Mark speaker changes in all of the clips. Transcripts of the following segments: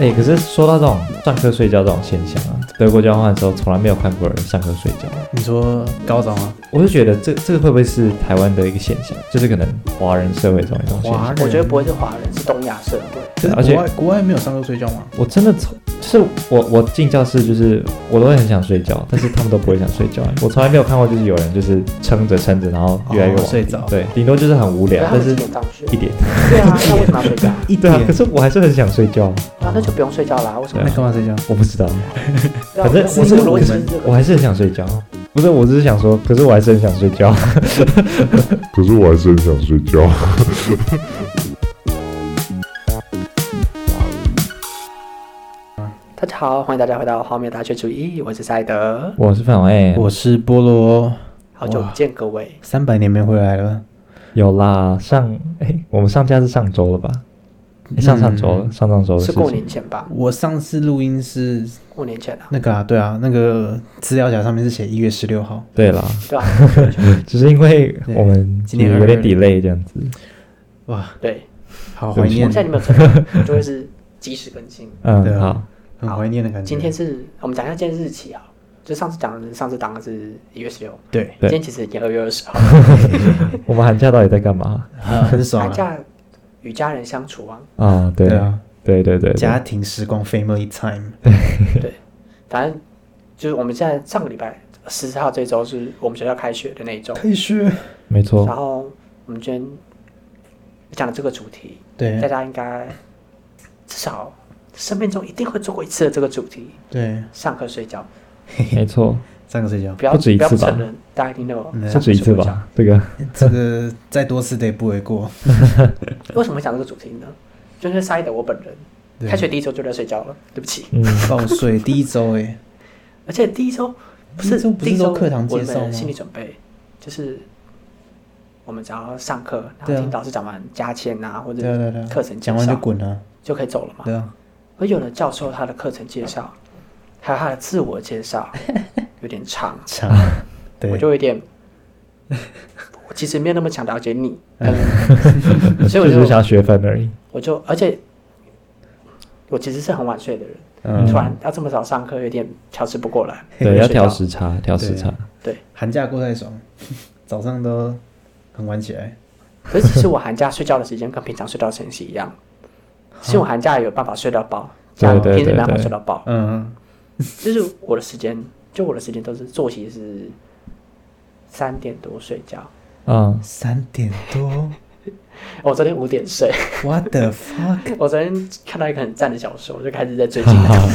Speaker 1: 哎、可是说到这种上课睡觉这种现象啊，德国交换的时候从来没有看过有人上课睡觉，
Speaker 2: 你说高中啊，
Speaker 1: 我就觉得这这个会不会是台湾的一个现象，就是可能华人社会中一种现
Speaker 2: 华
Speaker 1: 象。
Speaker 2: 人，
Speaker 3: 我觉得不会是华人，是东亚社会。
Speaker 2: 可是
Speaker 1: 而且
Speaker 2: 国外国外没有上课睡觉吗？
Speaker 1: 我真的从就是我我进教室就是我都会很想睡觉，但是他们都不会想睡觉。我从来没有看过就是有人就是撑着撑着，然后越来越
Speaker 2: 哦
Speaker 1: 晚、
Speaker 2: 睡着
Speaker 1: 对，顶多就是很无
Speaker 3: 对，
Speaker 1: 聊，
Speaker 3: 他
Speaker 1: 但
Speaker 3: 们
Speaker 1: 是
Speaker 3: 几点上学？
Speaker 1: 一点。
Speaker 3: 对啊，那为什么要睡觉？
Speaker 2: 一
Speaker 1: 对啊，
Speaker 2: 点
Speaker 1: 可是我还是很想睡觉啊。
Speaker 3: 啊，那就不用睡觉啦。为什么
Speaker 2: 那？干嘛睡觉？
Speaker 1: 我不知道，
Speaker 3: 那
Speaker 1: 反正
Speaker 3: 我这个逻
Speaker 2: 我
Speaker 3: 辑是这
Speaker 1: 我
Speaker 3: 个。
Speaker 1: 还是很想睡觉。不是，我只是想说，可是我还是很想睡 觉。
Speaker 4: 可是我还是很想睡觉。
Speaker 3: 大家好，欢迎大家回到荒谬大学主义，我是赛德，
Speaker 1: 我是哎范伟，
Speaker 2: 我是菠萝，
Speaker 3: 好久
Speaker 2: 哇
Speaker 3: 不见各位。
Speaker 2: 三百年没回来了，
Speaker 1: 有啦，上哎、我们上架是上周了吧？
Speaker 2: 嗯
Speaker 1: 诶上上周了，上上周的
Speaker 3: 是
Speaker 1: 事
Speaker 3: 过
Speaker 1: 情。
Speaker 3: 年前吧？
Speaker 2: 我上次录音是
Speaker 3: 过年前啊，
Speaker 2: 那个啊，对啊，那个资料夹上面是写一月十六号，
Speaker 1: 对啦，
Speaker 3: 对 啊，
Speaker 1: 只是因为
Speaker 2: 对
Speaker 1: 我们
Speaker 2: 今天
Speaker 1: 有点
Speaker 2: 22
Speaker 1: delay 这样子。
Speaker 2: 哇，
Speaker 3: 对，
Speaker 2: 好
Speaker 1: 对
Speaker 2: 怀
Speaker 1: 不起
Speaker 3: 我
Speaker 2: 念
Speaker 3: 们现，在你们有成就会是及时更新。
Speaker 2: 对
Speaker 1: 嗯，
Speaker 2: 啊
Speaker 1: 好，
Speaker 2: 很怀念的感觉。
Speaker 3: 今天是我们讲一下今天日期啊，就上次讲的，上次讲的是一月十六，
Speaker 2: 对，
Speaker 1: 对
Speaker 3: 今天其实已经二月二十号，
Speaker 1: 我们寒假到底在干嘛
Speaker 2: 很很爽
Speaker 3: 寒
Speaker 2: 啊，
Speaker 3: 假与家人相处啊，
Speaker 1: 啊？对
Speaker 2: 对啊，
Speaker 1: 对对对，对
Speaker 2: 家庭时光 family time，
Speaker 3: 对，反正就是我们现在上个礼拜十四号这周是我们学校开学的那一周，
Speaker 2: 开学，
Speaker 1: 没
Speaker 3: 然
Speaker 1: 错，
Speaker 3: 后我们今天讲的这个主题，
Speaker 2: 对
Speaker 3: 大家应该至少生命中一定会做过一次的这个主题，
Speaker 2: 对，
Speaker 3: 上课睡觉，
Speaker 1: 没错，
Speaker 2: 上课睡觉，
Speaker 3: 不要
Speaker 1: 不止一
Speaker 3: 要
Speaker 1: 次
Speaker 3: 不
Speaker 1: 吧
Speaker 3: 承认，大家一定都有
Speaker 2: 嗯
Speaker 1: 不
Speaker 3: 上课
Speaker 1: 止一次
Speaker 3: 睡过觉
Speaker 1: 吧？这个
Speaker 2: 这个再多次得不为过。
Speaker 3: 为什么会讲这个主题呢？就是塞德我本人，
Speaker 2: 对
Speaker 3: 开学第一周就在睡觉了，对不起。
Speaker 1: 嗯，
Speaker 2: 报税第一周哎，
Speaker 3: 而且第一周不
Speaker 2: 第
Speaker 3: 是
Speaker 2: 一周嗯不是
Speaker 3: 第一周
Speaker 2: 都课堂介
Speaker 3: 我
Speaker 2: 绍吗
Speaker 3: 们心理准备就是我们只要上课，然后
Speaker 2: 对啊
Speaker 3: 听老师讲完加签啊，或者
Speaker 2: 对啊对啊对啊，
Speaker 3: 课程介
Speaker 2: 讲完就
Speaker 3: 绍
Speaker 2: 滚啊了，
Speaker 3: 就可以走了嘛。
Speaker 2: 对啊，
Speaker 3: 而有的教授他的课程介绍，还有他的自我介 绍有点长，
Speaker 2: 长， 对
Speaker 3: 我，就有点，我其实没有那么想了 解你，但是所以
Speaker 1: 就
Speaker 3: 我
Speaker 1: 是
Speaker 3: 就
Speaker 1: 想学分而已。
Speaker 3: 我就而且我其实是很晚睡的人。
Speaker 2: 嗯
Speaker 3: 突然要这么早上课，有点调试不过来。
Speaker 1: 对，
Speaker 3: 就
Speaker 1: 要
Speaker 3: 睡觉
Speaker 1: 调。时差，调时差。
Speaker 3: 对，
Speaker 2: 寒假过太爽， 早上都很晚起来，
Speaker 3: 可是其实我寒假睡觉的时间跟平常睡觉的时间是一样，是因为我寒假有办法睡到饱，
Speaker 1: 对
Speaker 3: 假如
Speaker 1: 对
Speaker 3: 平时没
Speaker 1: 对
Speaker 3: 办法
Speaker 1: 对
Speaker 3: 睡到饱，
Speaker 2: 嗯，
Speaker 3: 就是我的时间，就我的时间都是作息是三点多睡觉，
Speaker 1: 嗯，
Speaker 2: 三点多
Speaker 3: 哦我昨天五点睡，
Speaker 2: ，What the fuck，
Speaker 3: 我昨天看到一个很赞的小说，我就开始在追 剧了。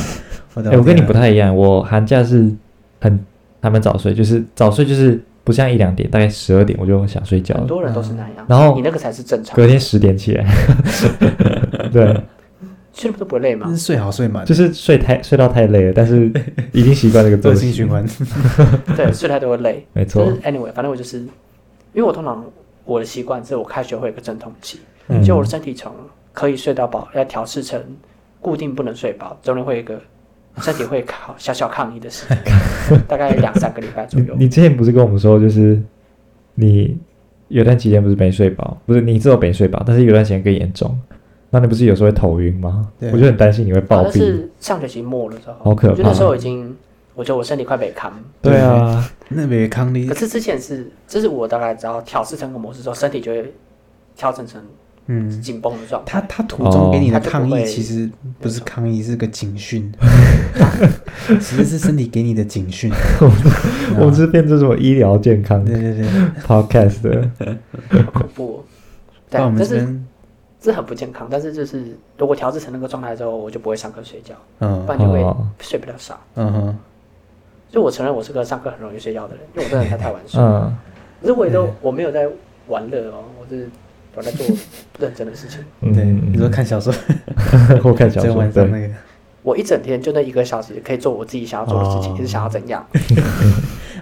Speaker 2: 我的
Speaker 1: 哎，我跟你
Speaker 2: 天啊
Speaker 1: 不太一样，我寒假是很还蛮早睡，就是早睡就是不像一两点，大概十二点我就想睡觉
Speaker 3: 很
Speaker 1: 了，
Speaker 3: 多人都是那样，
Speaker 1: 然后
Speaker 3: 你那个才是正常，
Speaker 1: 隔天十点起 来。对，
Speaker 3: 睡不都不累吗
Speaker 2: 真？是睡好睡满，
Speaker 1: 就是睡太睡到太累了，但是已经习惯这个作
Speaker 2: 恶
Speaker 1: 息
Speaker 2: 性循。环，
Speaker 3: 对，睡太多会累。
Speaker 1: 没错
Speaker 3: 就是 anyway，反正我就是，因为我通常我的习惯是我开学会有个阵痛期，
Speaker 1: 嗯
Speaker 3: 就我的身体从可以睡到饱，要调试成固定不能睡饱，中间会有一个身体会抗小小抗议的时间，大概两三个礼拜左
Speaker 1: 你
Speaker 3: 右。
Speaker 1: 你之前不是跟我们说，就是你有段期间不是没睡饱，不是你只有没睡饱，但是有段时间更严重。那你不是有时候会头晕吗？
Speaker 2: 对啊
Speaker 1: 我就很担心你会暴
Speaker 3: 但
Speaker 1: 毙。
Speaker 3: 是上学期末的时候，
Speaker 1: 好可怕
Speaker 3: 我觉得那时候已经，我觉得我身体快被扛。
Speaker 1: 对啊，
Speaker 2: 那边康利
Speaker 3: 可，是之前是，这是我大概只要调试成个模式之后，身体就会调整成
Speaker 2: 嗯。
Speaker 3: 紧绷的状态。
Speaker 2: 他他途中给你的
Speaker 3: 哦
Speaker 2: 抗议
Speaker 3: 他就不会
Speaker 2: 其实不是抗议，是个 警讯， 其实是身体给你的警讯。
Speaker 1: 我们是变成什么医疗健康
Speaker 2: 对对对，
Speaker 3: 啊
Speaker 1: podcast 的？
Speaker 3: 好恐怖哦。对
Speaker 2: 那我，们
Speaker 3: 但
Speaker 2: 这
Speaker 3: 是
Speaker 2: 边，
Speaker 3: 这很不健康。但是就是如果调制成那个状态之后，我就不会上课睡觉，
Speaker 2: 嗯
Speaker 3: 不然就会
Speaker 1: 哦
Speaker 3: 睡不了少。
Speaker 2: 嗯哼，
Speaker 3: 就我承认我是个上课很容易睡觉的人，因为我真的太太晚睡。
Speaker 1: 嗯，
Speaker 3: 可是我也都我没有在玩乐哦，我是我在做认真的事情。
Speaker 2: 对，
Speaker 1: 嗯
Speaker 2: 你说 看小说，
Speaker 1: 或看小
Speaker 2: 在
Speaker 1: 说，
Speaker 2: 晚上
Speaker 1: 对，
Speaker 2: 那个，
Speaker 3: 我一整天就那一个小时可以做我自己想要做的事情，
Speaker 2: 哦
Speaker 3: 也是想要怎样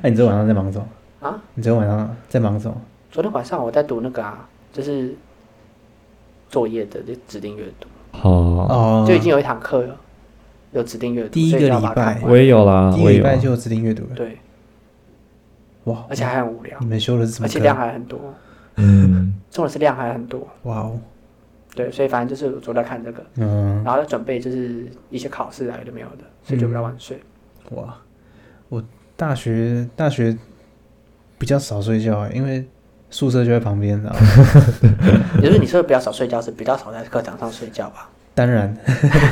Speaker 2: 哎，你昨天晚上在忙什么？
Speaker 3: 啊？
Speaker 2: 你昨天晚上在忙什么？
Speaker 3: 昨天晚上我在读那个啊，就是作业的指定阅读，
Speaker 1: 好，
Speaker 2: 哦
Speaker 3: 就已经有一堂课了，有指定阅读，
Speaker 2: 第一
Speaker 3: 所以
Speaker 2: 个
Speaker 3: 就要把它
Speaker 2: 礼拜
Speaker 3: 看完
Speaker 1: 我也有
Speaker 3: 啊
Speaker 1: 啦，
Speaker 2: 第一
Speaker 1: 我
Speaker 2: 个
Speaker 1: 也有
Speaker 2: 礼拜就有指定阅读了，
Speaker 3: 对，
Speaker 2: 哇，
Speaker 3: 而且还很无聊
Speaker 2: 嗯你，们修的是什么
Speaker 3: 而
Speaker 2: 课？
Speaker 3: 且量还很多，
Speaker 1: 嗯，
Speaker 3: 重点是量还很多。
Speaker 2: 哇哦，
Speaker 3: 对，所以反正就是我昨天看这个，
Speaker 2: 嗯，
Speaker 3: 然后要准备就是一些考试啊，有的没有的，所以就比较晚睡。
Speaker 2: 哇，我大学大学比较少睡觉欸，因为宿舍就在旁边，然后 嗯
Speaker 3: 也就是你说的比较少睡觉是比较少在课堂上睡觉吧？
Speaker 2: 当然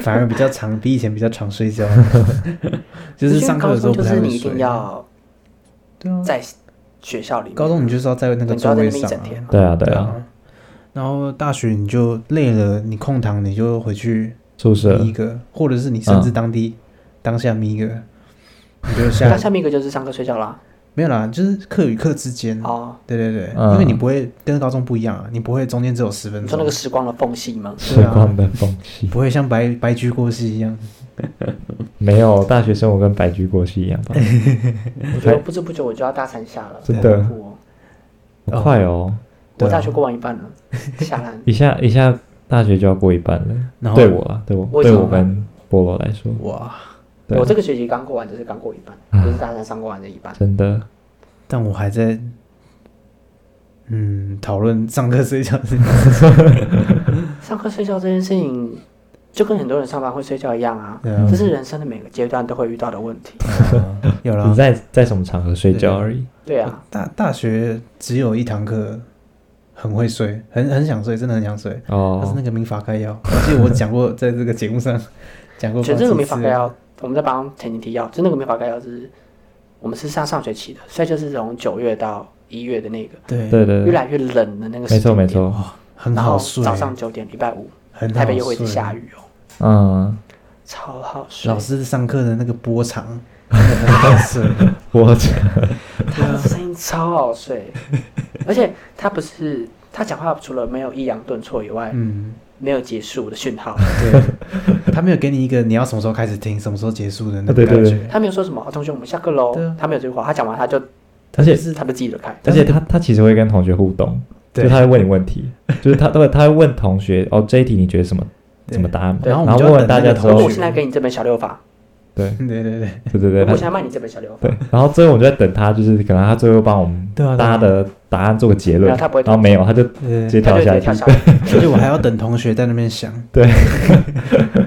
Speaker 2: 反而比较常，比以前比较常睡 觉，就是上课的时候
Speaker 3: 因
Speaker 2: 不
Speaker 3: 为高中就
Speaker 2: 太
Speaker 3: 是
Speaker 2: 会
Speaker 3: 你一定
Speaker 2: 睡。
Speaker 3: 要
Speaker 2: 对啊，
Speaker 3: 在学校里面，
Speaker 2: 高中你就是要在那个
Speaker 3: 你就
Speaker 2: 座
Speaker 3: 要在
Speaker 2: 位
Speaker 3: 那边一
Speaker 2: 上
Speaker 3: 整
Speaker 2: 啊
Speaker 3: 天，
Speaker 1: 对啊，对
Speaker 2: 对
Speaker 1: 啊，
Speaker 2: 啊。然后大学你就累了，你空堂你就回去
Speaker 1: 宿舍
Speaker 2: 眯一个，或者是你甚至
Speaker 1: 嗯
Speaker 2: 当地、当下眯一个，你就
Speaker 3: 那
Speaker 2: 下
Speaker 3: 下面一个就是上课睡觉啦。
Speaker 2: 没有啦，就是课与课之间。
Speaker 3: 哦，
Speaker 2: 对对对，
Speaker 1: 嗯
Speaker 2: 因为你不会跟高中不一样啊，你不会中间只有十分
Speaker 3: 你
Speaker 2: 钟
Speaker 3: 说那，个时光的缝隙吗？
Speaker 1: 时
Speaker 2: 啊
Speaker 1: 光的缝隙，
Speaker 2: 不会像白白驹过隙一样。
Speaker 1: 没有大学生活跟白驹过隙一样 吧？
Speaker 3: 我觉得不知不觉我就要大三下了，
Speaker 1: 真的
Speaker 3: 好恐怖哦
Speaker 1: 好快哦，
Speaker 2: 对啊
Speaker 3: 我大学过完一半了，下烂。
Speaker 1: 一下一下大学就要过一半了。
Speaker 2: 然后
Speaker 1: 对我啦，对我
Speaker 3: 为
Speaker 1: 对
Speaker 3: 什么
Speaker 1: 我跟菠萝来说，
Speaker 2: 哇，啊
Speaker 1: 对
Speaker 2: 哦
Speaker 3: 我这个学期刚过完，只是刚过一半，
Speaker 2: 嗯
Speaker 1: 啊
Speaker 3: 就是大三上过完的一半。
Speaker 1: 真的
Speaker 2: 但我还在嗯讨论上课睡觉这件 事。
Speaker 3: 上课睡觉这件事情，就跟很多人上班会睡觉一样啊，
Speaker 2: 对啊
Speaker 3: 这是人生的每个阶段都会遇到的问题。
Speaker 2: 有
Speaker 1: 你
Speaker 2: 啊啦，
Speaker 1: 在在什么场合睡觉而已。
Speaker 3: 对啊，
Speaker 2: 大大学只有一堂课很会睡，很很想睡，真的很想睡。它是
Speaker 1: 哦
Speaker 2: 那，个民法概要，我记得我讲过，在这个节目上讲过。
Speaker 3: 就这个民法概，要，我们在帮前情提要，就那个民法概要是，我们是上上学期的，所以就是从九月到一月的那个
Speaker 2: 对，
Speaker 1: 对对
Speaker 3: 越
Speaker 1: 对，
Speaker 3: 来越冷的那个时
Speaker 1: 没
Speaker 3: 间
Speaker 1: 错
Speaker 3: 点
Speaker 1: 没。错，
Speaker 2: 很
Speaker 3: 然
Speaker 2: 好
Speaker 3: 后
Speaker 2: 睡，
Speaker 3: 早上九点，礼拜五，
Speaker 2: 很
Speaker 3: 台北又会一直
Speaker 2: 是
Speaker 3: 下。雨哦，
Speaker 1: 嗯，
Speaker 3: 超好睡
Speaker 2: 老。师上课的那个波长，真的很好睡。哦
Speaker 1: 我
Speaker 3: 他的声音超好睡，而且他不是他讲话除了没有抑扬顿挫以外，
Speaker 2: 嗯，
Speaker 3: 没有结束的讯号。
Speaker 2: 对，他没有给你一个你要什么时候开始听，什么时候结束的那
Speaker 1: 对
Speaker 2: 个
Speaker 1: 对
Speaker 2: 感
Speaker 1: 对
Speaker 2: 觉。
Speaker 3: 他没有说什么，啊同学我们下课喽
Speaker 2: 对啊，
Speaker 3: 他没有这句话，他讲完他就
Speaker 1: 而且
Speaker 3: 他就自己就开。
Speaker 1: 而且他他其实会跟同学互动，就
Speaker 2: 对
Speaker 1: 他会问你问 题，就是他他会他会问同学哦这一题你觉得什么
Speaker 2: 对
Speaker 1: 怎么答案嘛，
Speaker 3: 对
Speaker 1: 然
Speaker 2: 然
Speaker 1: 后
Speaker 2: 后我们就
Speaker 1: 问
Speaker 2: 要
Speaker 1: 完
Speaker 2: 等那
Speaker 1: 大
Speaker 2: 个
Speaker 1: 家
Speaker 3: 如
Speaker 1: 投
Speaker 2: 同
Speaker 3: 果
Speaker 2: 学
Speaker 3: 我现在给你这本小六法，
Speaker 1: 对
Speaker 2: 对对对，
Speaker 1: 对对
Speaker 3: 如
Speaker 1: 对，
Speaker 3: 果
Speaker 1: 他
Speaker 3: 我现在卖你这本小六法
Speaker 1: 对，，然后最后我们就在等他，就是可能他最后帮我们
Speaker 2: 对啊对啊
Speaker 1: 大家的答案做个结论，
Speaker 3: 没有他不会
Speaker 1: 然后没有他就直
Speaker 2: 对
Speaker 1: 接
Speaker 2: 对，
Speaker 3: 他
Speaker 1: 跳
Speaker 3: 就直
Speaker 1: 下
Speaker 3: 接
Speaker 1: 去
Speaker 3: 跳，下来。
Speaker 2: 而且我还要等同学在那边想。
Speaker 1: 对，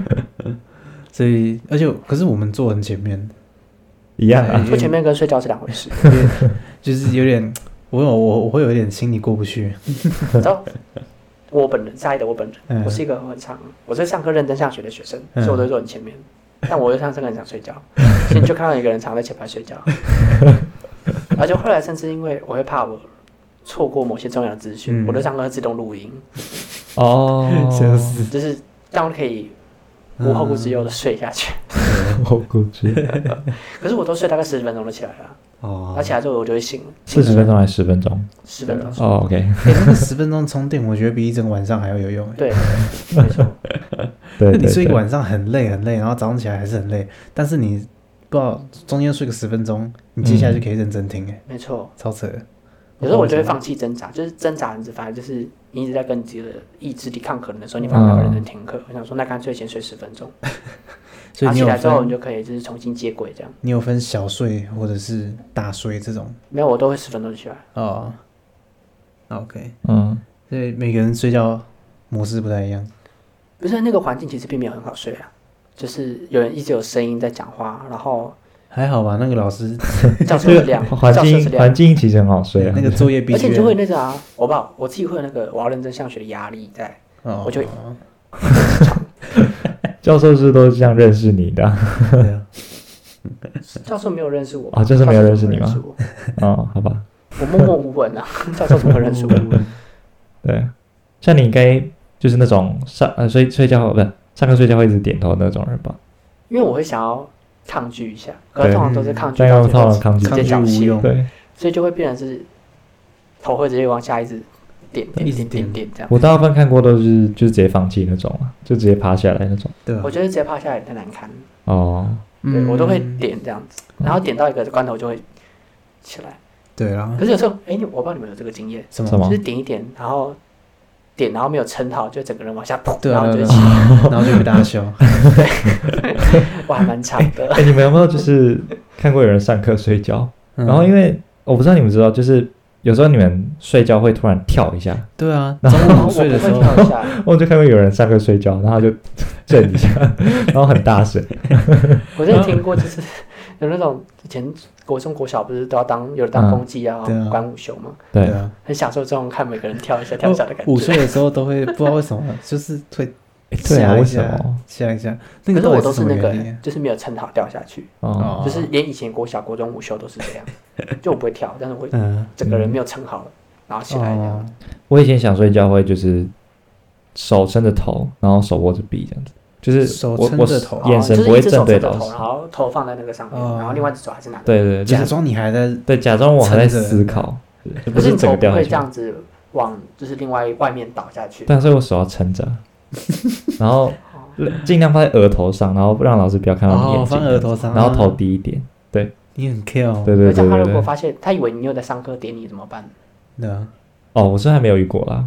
Speaker 2: 所以而且可是我们坐很前面，
Speaker 1: 一样啊，
Speaker 2: 对
Speaker 3: 说前面跟睡觉是两回事，
Speaker 2: 就是有点，我有我我会有一点心里过不去。
Speaker 3: 你知道？我本人在意的，我本人，
Speaker 2: 嗯
Speaker 3: 我是一个很常，我是上课认真上学的学生，
Speaker 2: 嗯
Speaker 3: 所以我都坐你前面。但我又上课很想睡觉，所以你就看到一个人常在前排睡觉。而且后来甚至因为我会怕我错过某些重要的资讯，
Speaker 2: 嗯
Speaker 3: 我的上课自动录音，
Speaker 1: 哦，
Speaker 2: 笑死
Speaker 3: 就是让我可以无后顾之忧的睡下去。
Speaker 1: 我估计
Speaker 3: 可是我都睡大概四十分钟就起来了，
Speaker 2: 哦
Speaker 3: 然后起来之后我就会醒，
Speaker 1: 四十分钟还是十分钟？
Speaker 3: 十分钟。
Speaker 1: 哦，OK，
Speaker 2: 欸那个十分钟充电，我觉得比一整个晚上还要有用欸。
Speaker 3: 对，没错，
Speaker 1: 对
Speaker 2: 那你
Speaker 1: 对
Speaker 2: 睡一个
Speaker 1: 对，
Speaker 2: 晚上很累很累，然后早上起来还是很累，但是你不知道中间睡个十分钟，你接下来就可以认真听，哎、
Speaker 3: 没错。
Speaker 2: 超扯。
Speaker 3: 有时候我就会放弃挣扎，就是挣扎，你只反而就是你一直在跟自己的意志力抗衡的时候，你反而没有认真听
Speaker 1: 哦
Speaker 3: 课。我想说，那干脆先睡十分钟，
Speaker 2: 所
Speaker 3: 然
Speaker 2: 以你
Speaker 3: 后啊起
Speaker 2: 有
Speaker 3: 来之后你
Speaker 2: 分，
Speaker 3: 就可以就是重新接轨这样。
Speaker 2: 你有分小睡或者是大睡这种
Speaker 3: 没有，我都会十分钟就起来。
Speaker 2: 哦。OK，哦
Speaker 1: 嗯，
Speaker 2: 所以每个人睡觉模式不太一样。
Speaker 3: 不是那个环境其实并没有很好睡啊，就是有人一直有声音在讲话，然后
Speaker 2: 还好吧，那个老师
Speaker 1: 这
Speaker 3: 教室是
Speaker 1: 个
Speaker 3: 亮，
Speaker 1: 环
Speaker 3: 教室是
Speaker 1: 境
Speaker 3: 亮
Speaker 1: 环，境其实很好睡啊
Speaker 2: 那，个作业必
Speaker 3: 而
Speaker 2: 须
Speaker 3: 且你就会那个啊，我不知道，我自己会有那个我要认真上学的压力在。
Speaker 2: 哦，
Speaker 3: 我就
Speaker 2: 哦
Speaker 1: 教授是都是这样认识你的啊，
Speaker 2: 对啊，
Speaker 3: 教授没有认识我吧
Speaker 1: 啊教授没有认识
Speaker 3: 教
Speaker 1: 你吗
Speaker 3: 怎么会认识
Speaker 1: 哦，好吧，
Speaker 3: 我？我默默无闻啊， 教授怎么会认识我？
Speaker 1: 嗯对，像你应该就是那种上呃睡睡觉不是上课睡觉会一直点头的那种人吧？
Speaker 3: 因为我会想要抗拒一下，可是
Speaker 1: 对
Speaker 3: 通常都是抗拒
Speaker 1: 但
Speaker 3: 到
Speaker 1: 用
Speaker 3: 最
Speaker 1: 套
Speaker 3: 后
Speaker 1: 完，抗拒
Speaker 3: 直，
Speaker 2: 抗
Speaker 3: 接
Speaker 2: 拒
Speaker 3: 缴
Speaker 2: 无
Speaker 3: 械
Speaker 2: 用。
Speaker 1: 对
Speaker 3: 所以就会变成是头会直接往下一直点点
Speaker 2: 一直
Speaker 3: 点点
Speaker 2: 点
Speaker 3: 点这样。
Speaker 1: 我大部分看过都是就是直接放弃那种啊，就直接趴下来那种。
Speaker 2: 对啊
Speaker 3: 我，觉得直接趴下来太难看，
Speaker 1: 哦，
Speaker 3: 对我都会
Speaker 2: 嗯
Speaker 3: 点这样子，然后点到一个关头就会起来。
Speaker 2: 对啊
Speaker 3: 可，是有时候，哎，你我不知道你们有这个经验，
Speaker 2: 什么
Speaker 1: 什么
Speaker 3: 就是点一点，然后点然后没有撑好，就整个人往下扑，
Speaker 2: 对
Speaker 3: 然
Speaker 2: 啊，
Speaker 3: 后就
Speaker 2: 对
Speaker 3: 会
Speaker 2: 啊
Speaker 3: 起
Speaker 2: 对
Speaker 3: 来，
Speaker 2: 啊然后就被大家笑。
Speaker 3: 哇，蛮长的。
Speaker 1: 哎、你们有没有就是看过有人上课睡觉？
Speaker 2: 嗯
Speaker 1: 然后因为我不知道你们知道，就是有时候你们睡觉会突然跳一下，
Speaker 2: 对啊，
Speaker 1: 然
Speaker 2: 中
Speaker 3: 然后
Speaker 2: 午
Speaker 3: 我不
Speaker 2: 睡
Speaker 3: 会
Speaker 2: 的时候，
Speaker 3: 跳一下，
Speaker 1: 我就看过有人上课睡觉，然后就 震一下，然后很大声。
Speaker 3: 我真的听过，就是 有那种以前国中国小不是都要当有的当
Speaker 1: 嗯
Speaker 3: 公鸡啊
Speaker 2: 对啊，
Speaker 3: 管午休嘛，
Speaker 1: 对
Speaker 2: 对，啊，
Speaker 3: 很享受这种看每个人跳一下跳一下的感
Speaker 2: 午
Speaker 3: 觉。
Speaker 2: 睡的时候都会不知道为什么，就是会
Speaker 1: 诶对啊，
Speaker 2: 吓
Speaker 1: 为
Speaker 2: 一
Speaker 1: 什
Speaker 2: 下
Speaker 1: 么？，
Speaker 2: 吓一下。那个
Speaker 3: 可是
Speaker 2: 到
Speaker 3: 我
Speaker 2: 底
Speaker 3: 都
Speaker 2: 什
Speaker 3: 是
Speaker 2: 么
Speaker 3: 那个
Speaker 2: 原理啊，
Speaker 3: 就是没有撑好掉下去，
Speaker 1: 哦，
Speaker 2: 哦
Speaker 3: 就是连以前国小国中午休都是这样，就我不会跳，但是我会
Speaker 2: 嗯，
Speaker 3: 整个人没有撑好了，然后起来这样。
Speaker 2: 哦
Speaker 1: 我以前想睡觉会就是手撑着头，然后手握着臂这样子，就是
Speaker 2: 手
Speaker 1: 我
Speaker 2: 撑
Speaker 1: 我
Speaker 2: 着头
Speaker 3: 哦
Speaker 1: 眼神
Speaker 3: 就是
Speaker 1: 不会
Speaker 3: 一只手
Speaker 1: 正对
Speaker 3: 着
Speaker 1: 老
Speaker 3: 头，
Speaker 1: 师。
Speaker 3: 然后头放在那个上面，
Speaker 2: 哦
Speaker 3: 然后另外一只手还是拿着。
Speaker 1: 对对，就
Speaker 2: 假
Speaker 1: 是
Speaker 2: 装你还在，
Speaker 1: 对，假装我还在
Speaker 2: 撑着
Speaker 1: 思考，就
Speaker 3: 可
Speaker 1: 不
Speaker 3: 是
Speaker 1: 是
Speaker 3: 你
Speaker 1: 整
Speaker 3: 头
Speaker 1: 个
Speaker 3: 不
Speaker 1: 掉下
Speaker 3: 会
Speaker 1: 去
Speaker 3: 这。样子往就是另外外面倒下去，
Speaker 1: 但是我手要撑 着，然后尽量放在额头上，然后让老师不要看到你
Speaker 2: 哦，
Speaker 1: 眼睛，
Speaker 2: 放额头上，
Speaker 1: 然后头，低一点。对
Speaker 2: 你很 Q，哦
Speaker 1: 对
Speaker 3: 而
Speaker 1: 对
Speaker 3: 且
Speaker 1: 对
Speaker 3: 他
Speaker 1: 对
Speaker 3: 如果
Speaker 1: 对。
Speaker 3: 发现他以为你又在上课点你怎么办？
Speaker 2: 对啊，
Speaker 1: 哦，我是还没有遇过 啦，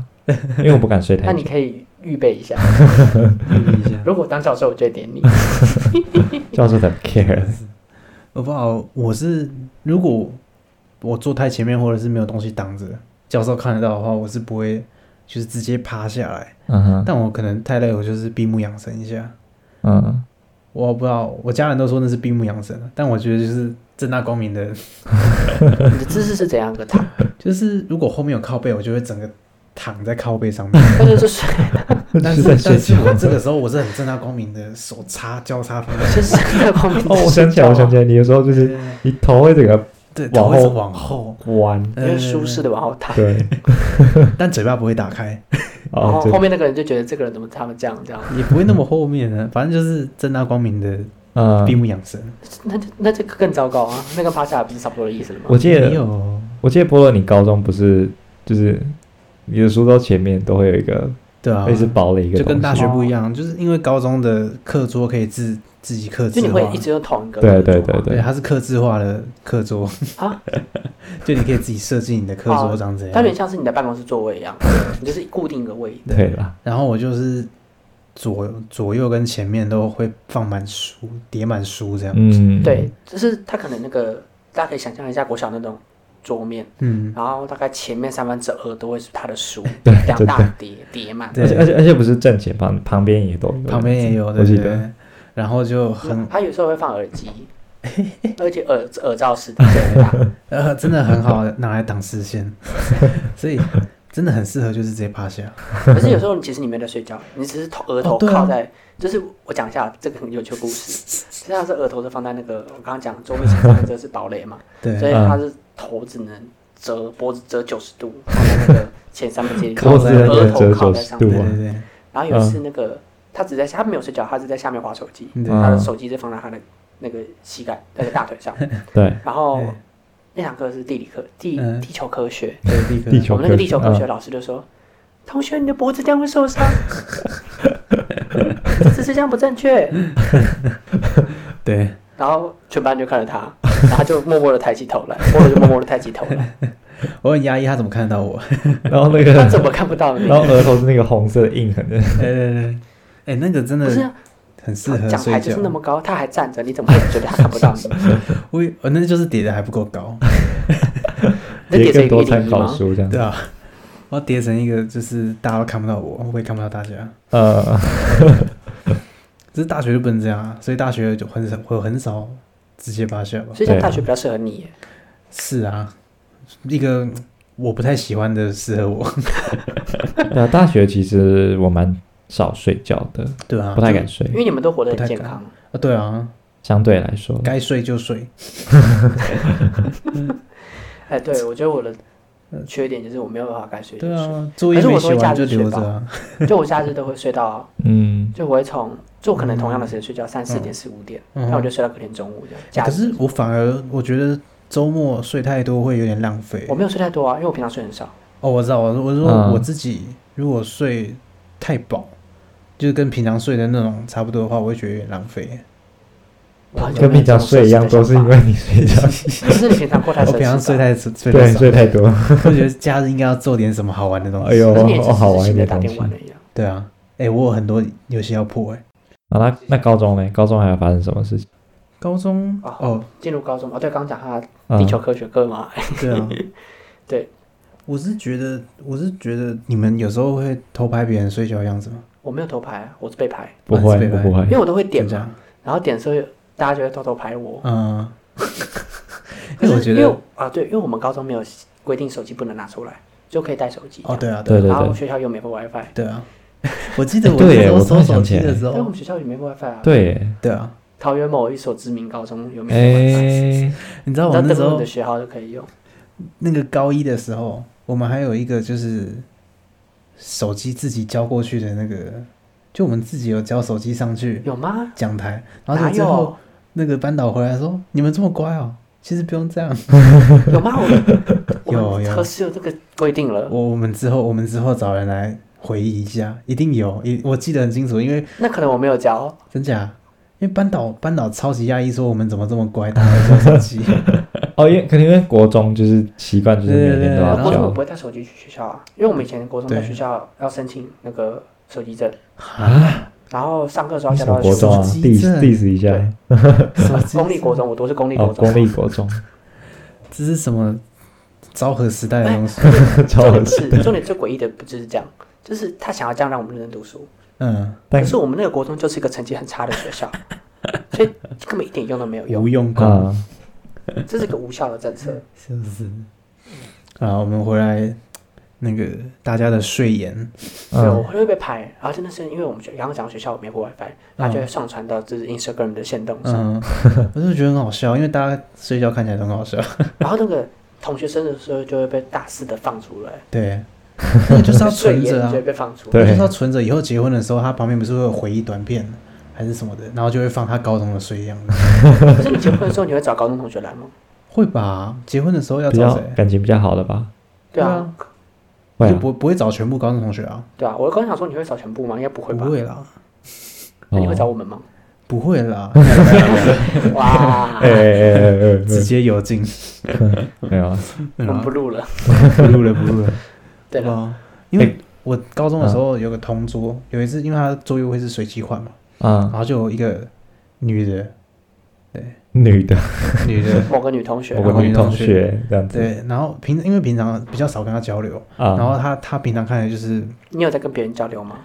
Speaker 1: 因为我不敢睡
Speaker 3: 那
Speaker 1: 太
Speaker 3: 你
Speaker 1: 久。
Speaker 3: 可以预备一下，
Speaker 2: 注意一下。
Speaker 3: 如果当教授我就会点 你。
Speaker 1: 教授才不 care。
Speaker 2: 我不好，我是如果我坐太前面或者是没有东西挡着，教授看得到的话，我是不会就是直接趴下来。
Speaker 1: 嗯哼，
Speaker 2: 但我可能太累，我就是闭目养神一下。
Speaker 1: 嗯，
Speaker 2: 我不知道，我家人都说那是闭目养神，但我觉得就是正大光明的，
Speaker 3: 你的姿势是怎样个躺？
Speaker 2: 就是如果后面有靠背，我就会整个躺在靠背上面。
Speaker 3: 那就是睡，
Speaker 2: 但
Speaker 1: 就是在睡
Speaker 2: 但是
Speaker 1: 觉。
Speaker 2: 我这个时候我是很正大光明的，手插交叉放在
Speaker 3: 就是在旁边。啊
Speaker 1: 哦，我想
Speaker 2: 啊
Speaker 1: 起来，我想起来，你有时候就是你头会整个
Speaker 2: 对，
Speaker 1: 往
Speaker 2: 头会是
Speaker 1: 后
Speaker 2: 往后，
Speaker 1: 弯，
Speaker 3: 你就舒适的往后躺，
Speaker 1: 嗯对，
Speaker 2: 但嘴巴不会打开，
Speaker 3: 然后
Speaker 1: 哦，这
Speaker 3: 后面那个人就觉得这个人怎么他们这样这样，
Speaker 2: 也不会那么后面呢。反正就是正大光明的闭
Speaker 1: 嗯，
Speaker 2: 目养神。
Speaker 3: 那就那这个更糟糕啊！那个趴下来不是差不多的意思了吗？
Speaker 1: 我记
Speaker 2: 没
Speaker 1: 得
Speaker 2: 有，
Speaker 1: 我记得波罗，你高中不是就是你的书桌前面都会有一个
Speaker 2: 对啊
Speaker 1: 类，似薄的一个东西，
Speaker 2: 就跟大学不一样，就是因为高中的课桌可以自自己刻字
Speaker 3: 就你
Speaker 2: 化
Speaker 3: 会，一直用同一个
Speaker 1: 对对
Speaker 3: 动作
Speaker 1: 对
Speaker 3: 吗
Speaker 2: 对，它是刻字化的课桌
Speaker 3: 啊，
Speaker 2: 就你可以自己设计你的课
Speaker 1: 哦
Speaker 2: 桌长怎
Speaker 3: 它有点
Speaker 2: 样。
Speaker 3: 像是你的办公室座位一样，你就是固定一个位置。
Speaker 2: 啊
Speaker 1: 对啦，
Speaker 2: 然后我就是左左右跟前面都会放满书，叠满书这样。
Speaker 1: 嗯，
Speaker 3: 对，就是它可能那个大家可以想象一下国小那种桌面，
Speaker 2: 嗯，
Speaker 3: 然后大概前面三分之二都会是他的书，
Speaker 1: 对
Speaker 3: 两
Speaker 1: 真
Speaker 3: 大
Speaker 1: 的
Speaker 3: 叠叠满。
Speaker 2: 对
Speaker 1: 而且而且而且不是正前旁旁边也都有，
Speaker 2: 旁边也有，
Speaker 1: 我
Speaker 2: 对
Speaker 1: 记
Speaker 2: 对
Speaker 1: 得
Speaker 2: 对。然后就 很
Speaker 3: 他有时候会放耳 机，而且耳耳罩式的最大。
Speaker 2: 呃，真的很好拿来挡视线， 所以真的很适合就是直接趴下。
Speaker 3: 可是有时候你其实你没在睡觉，你只是头额头
Speaker 2: 哦对啊
Speaker 3: 靠在，就是我讲一下这个很有趣的 故事。实际上是额头是放在那个我刚刚讲桌面上放这是堡垒嘛，所
Speaker 2: 对，
Speaker 3: 以他是头只能折脖子折九十度，放在那个前三分之一，
Speaker 1: 脖子
Speaker 2: 能
Speaker 3: 额头
Speaker 1: 折
Speaker 3: 靠
Speaker 1: 90
Speaker 3: 在上
Speaker 1: 度
Speaker 2: 对
Speaker 3: 面。
Speaker 2: 对对
Speaker 3: 然后有一次那个、他只在下他没有睡觉，他是在下面划手机，
Speaker 2: 对
Speaker 1: 嗯
Speaker 3: 他的手机就放在他的那个膝盖那个大腿上。
Speaker 1: 对
Speaker 3: 然后
Speaker 2: 对
Speaker 3: 那堂课是地理课，地
Speaker 2: 嗯
Speaker 3: 地球科学。
Speaker 2: 对，立刻
Speaker 1: 地球
Speaker 3: 我们那个地球科
Speaker 1: 科学
Speaker 3: 学老师就说：“同学，你的脖子这样会受伤， 这姿势这样不正确。
Speaker 2: 对，”
Speaker 3: 然后全班就看着他，然后他就默默的抬起头来，或者就默默的抬起头来，
Speaker 2: 我很压抑，他怎么看得到我？
Speaker 1: 然后那
Speaker 3: 他怎
Speaker 1: 个
Speaker 3: 么看不到你
Speaker 1: 然？后额头是那个红色的印痕的，
Speaker 2: 对对对，哎，那个真
Speaker 3: 不是啊
Speaker 2: 的，很适
Speaker 3: 他
Speaker 2: 合
Speaker 3: 讲台
Speaker 2: 睡
Speaker 3: 就
Speaker 2: 觉
Speaker 3: 是。那么高，他还站着，你怎么会觉得他看不到你？
Speaker 2: 我以哦我那就是叠的还不够高，
Speaker 1: 嗯
Speaker 3: 你
Speaker 1: 也
Speaker 3: 点成
Speaker 1: 更
Speaker 3: 一
Speaker 1: 多
Speaker 3: 个一零
Speaker 1: 参
Speaker 3: 一
Speaker 1: 考
Speaker 3: 吗？
Speaker 1: 书这样
Speaker 2: 对
Speaker 1: 子。
Speaker 2: 啊，我要叠成一个就是大家都看不到我，我也看不到大家。
Speaker 1: 呃，
Speaker 2: 只是大学就不能这样啊，所以大学就很少，会很少直接趴下吧。
Speaker 3: 所以像大学比较适合你耶，
Speaker 2: 是啊，一个我不太喜欢的适合我，
Speaker 1: 对啊大学其实我蛮少睡觉的，
Speaker 2: 对啊，
Speaker 1: 不太
Speaker 2: 就
Speaker 1: 敢睡
Speaker 3: 因，为你们都活得很健
Speaker 2: 不太
Speaker 3: 康。
Speaker 2: 啊，对啊，
Speaker 1: 相对来说，
Speaker 2: 该睡就睡。
Speaker 3: 哎，对，我觉得我的缺点就是我没有办法该睡就
Speaker 2: 对
Speaker 3: 睡，
Speaker 2: 啊，作业没写完就留着
Speaker 3: 可是我都会假日睡
Speaker 2: 啊。
Speaker 3: 就我假日都会睡到，
Speaker 1: 嗯，
Speaker 3: 就我会从就我可能同样的时间睡觉，三四点四五点，
Speaker 2: 嗯
Speaker 3: 那我就睡到隔天中午这样。
Speaker 2: 欸
Speaker 3: 假
Speaker 2: 可
Speaker 3: 日
Speaker 2: 是我反而我觉得周末睡太多会有点浪费
Speaker 3: 我。没有睡太多啊，因为我平常睡很少。
Speaker 2: 哦，我知道，我我说
Speaker 1: 嗯
Speaker 2: 我自己如果睡太饱，就是跟平常睡的那种差不多的话，我会觉得有点浪费。
Speaker 3: 我很久
Speaker 1: 跟
Speaker 3: 没有
Speaker 1: 平
Speaker 3: 这
Speaker 1: 常
Speaker 3: 种
Speaker 1: 睡一样，
Speaker 3: 奢侈的
Speaker 1: 都是因为你睡觉，
Speaker 3: 想法只是你平常过 太
Speaker 2: 我
Speaker 3: 奢
Speaker 2: 平常
Speaker 3: 侈
Speaker 2: 睡
Speaker 3: 吧。
Speaker 2: 太睡
Speaker 1: 对，
Speaker 2: 太少，
Speaker 1: 睡太多，
Speaker 2: 我觉得假日应该要做点什么好玩的东西。
Speaker 1: 哎呦
Speaker 3: 可是你也只
Speaker 1: 哦好
Speaker 3: 是
Speaker 1: 玩一
Speaker 3: 醒着
Speaker 1: 点
Speaker 3: 打
Speaker 1: 东
Speaker 3: 电
Speaker 1: 西
Speaker 3: 玩而已啊。
Speaker 2: 对啊，哎、我有很多游戏要破哎、
Speaker 1: 啊，那那高中呢？高中还有发生什么事情？
Speaker 2: 高中
Speaker 3: 哦
Speaker 2: 哦，
Speaker 3: 进入高中哦，对，刚讲他
Speaker 1: 嗯
Speaker 3: 地球科学课嘛，
Speaker 2: 对啊，我是觉得，我是觉得你们有时候会偷拍别人睡觉的样子吗？
Speaker 3: 我没有偷拍啊，我是被拍，
Speaker 1: 不
Speaker 2: 我还
Speaker 1: 会
Speaker 2: 是
Speaker 1: 我
Speaker 2: 被拍
Speaker 1: 不
Speaker 3: 因为
Speaker 1: 会，
Speaker 3: 我都会点
Speaker 2: 这
Speaker 3: 嘛，
Speaker 2: 样，
Speaker 3: 然后点的时候大家就会偷偷拍我。
Speaker 2: 啊 嗯，
Speaker 3: 可
Speaker 2: 因为我
Speaker 3: 是
Speaker 2: 觉
Speaker 3: 因为
Speaker 2: 得，
Speaker 3: 啊，对，因为我们高中没有规定手机不能拿出来，就可以带手机。
Speaker 2: 哦，对啊，
Speaker 1: 对对
Speaker 2: 对啊
Speaker 3: 然后
Speaker 1: 对
Speaker 3: 学校又没有 WiFi，
Speaker 2: 对啊，我记得我
Speaker 1: 对
Speaker 2: 那
Speaker 1: 耶
Speaker 2: 时候
Speaker 1: 我突
Speaker 2: 收
Speaker 1: 然想
Speaker 2: 手
Speaker 1: 起来
Speaker 2: 机的时
Speaker 3: 因为我
Speaker 2: 候
Speaker 3: 们，学校也没 WiFi 啊。，
Speaker 1: 对耶，
Speaker 2: 哦对啊，
Speaker 3: 桃园某一所知名高中有没有 WiFi？
Speaker 1: 哎，
Speaker 2: 你知道我
Speaker 3: 只要
Speaker 2: 那
Speaker 3: 登
Speaker 2: 时
Speaker 3: 录你
Speaker 2: 候
Speaker 3: 的学号就可以用。
Speaker 2: 那个高一的时候，我们还有一个就是手机自己交过去的那个，就我们自己有交手机上去
Speaker 3: 有吗？
Speaker 2: 讲台，然后
Speaker 3: 哪
Speaker 2: 就最后
Speaker 3: 有？
Speaker 2: 那个班导回来说：“你们这么乖哦，其实不用这样。
Speaker 3: 有吗？ 我
Speaker 2: 有
Speaker 3: 我们
Speaker 2: 有
Speaker 3: 可是有这个规定了，
Speaker 2: 我”我们之后我们之后找人来回忆一下，一定有，一我记得很清楚，因为
Speaker 3: 那可能我没有教。
Speaker 2: 真假，因为班导班导超级压抑，说我们怎么这么乖，大家交手机。
Speaker 1: 哦，因为可能因为国中就是习惯，就是每天都
Speaker 2: 对
Speaker 3: 我
Speaker 2: 对
Speaker 1: 要
Speaker 3: 国中我
Speaker 1: 交
Speaker 3: 不会带手机去学校啊，因为我们以前国中在
Speaker 2: 对
Speaker 3: 学校要申请那个手机证，
Speaker 1: 啊，
Speaker 3: 然后上课的时候要
Speaker 1: 你什么
Speaker 3: 交到
Speaker 1: 国中啊
Speaker 2: 手机
Speaker 1: ？diss
Speaker 2: 证
Speaker 1: diss 一下，
Speaker 2: 手机
Speaker 3: 公立国中，我读是公立
Speaker 1: 哦
Speaker 3: 国，中。
Speaker 1: 公立国中，
Speaker 2: 这是什么昭和时
Speaker 1: 哎
Speaker 2: 代的 东西？
Speaker 1: 超
Speaker 3: 哎重
Speaker 1: 恶
Speaker 3: 点
Speaker 1: 心
Speaker 3: 是，重点最诡异的不就是这样，就是他想要这样让我们认真读书，
Speaker 2: 嗯，
Speaker 1: 但
Speaker 3: 可是我们那个国中就是一个成绩很差的学校，所以根本一点用都没有用
Speaker 2: 无，用功。
Speaker 1: 啊，
Speaker 3: 这是一个无效的政策。
Speaker 2: 是不是？啊，我们回来那个大家的睡颜，
Speaker 3: 对，我
Speaker 1: 嗯，
Speaker 3: 会被拍，然后真的是因为我们学刚刚讲学校没有 WiFi，他就会上传到就是 Instagram 的线动上，
Speaker 2: 嗯，我就觉得很好笑，因为大家睡觉看起来都很好笑。
Speaker 3: 然后那个同学生的时候就会被大肆的放出来，
Speaker 2: 对，那个就是要
Speaker 3: 睡
Speaker 2: 存
Speaker 3: 眼
Speaker 2: 着啊
Speaker 3: 就会，被放出来。
Speaker 1: 对
Speaker 2: 就是要存着，以后结婚的时候，他旁边不是会有回忆短片还是什么的，然后就会放他高中的睡样子。
Speaker 3: 可是你结婚的时候你会找高中同学来吗？
Speaker 2: 会吧？结婚的时候要
Speaker 1: 比
Speaker 2: 找
Speaker 1: 较
Speaker 2: 谁？
Speaker 1: 感情比较好的吧？
Speaker 3: 对啊，
Speaker 1: 会
Speaker 2: 就
Speaker 1: 啊，
Speaker 2: 不不会找全部高中同学啊？
Speaker 3: 对啊，我刚想说你会找全部吗？应该不会吧？
Speaker 2: 不会啦，
Speaker 3: 那你会找
Speaker 1: 哦，
Speaker 3: 我们吗？
Speaker 2: 不会啦，
Speaker 3: 哇
Speaker 1: 哎，哎哎哎哎
Speaker 2: 直接有 进，
Speaker 1: 哎，没有啊，
Speaker 3: 我们不录了。
Speaker 2: 不录了，不录了。
Speaker 3: 对了，
Speaker 2: 吧？因为
Speaker 1: 哎
Speaker 2: 我高中的时候有个同桌，有一次因为他座位会是随机换嘛，然
Speaker 1: 啊，
Speaker 2: 后就有一个女 的，
Speaker 1: 女的，
Speaker 2: 女的，
Speaker 3: 某个女同学
Speaker 1: 我，个
Speaker 2: 后
Speaker 1: 女
Speaker 2: 女
Speaker 1: 同
Speaker 2: 同学
Speaker 1: 学这样子
Speaker 2: 对，然后平因为平常比较少跟她交流，
Speaker 1: 啊，
Speaker 2: 然后她她平常看起来就是
Speaker 3: 你有在跟别人交流吗？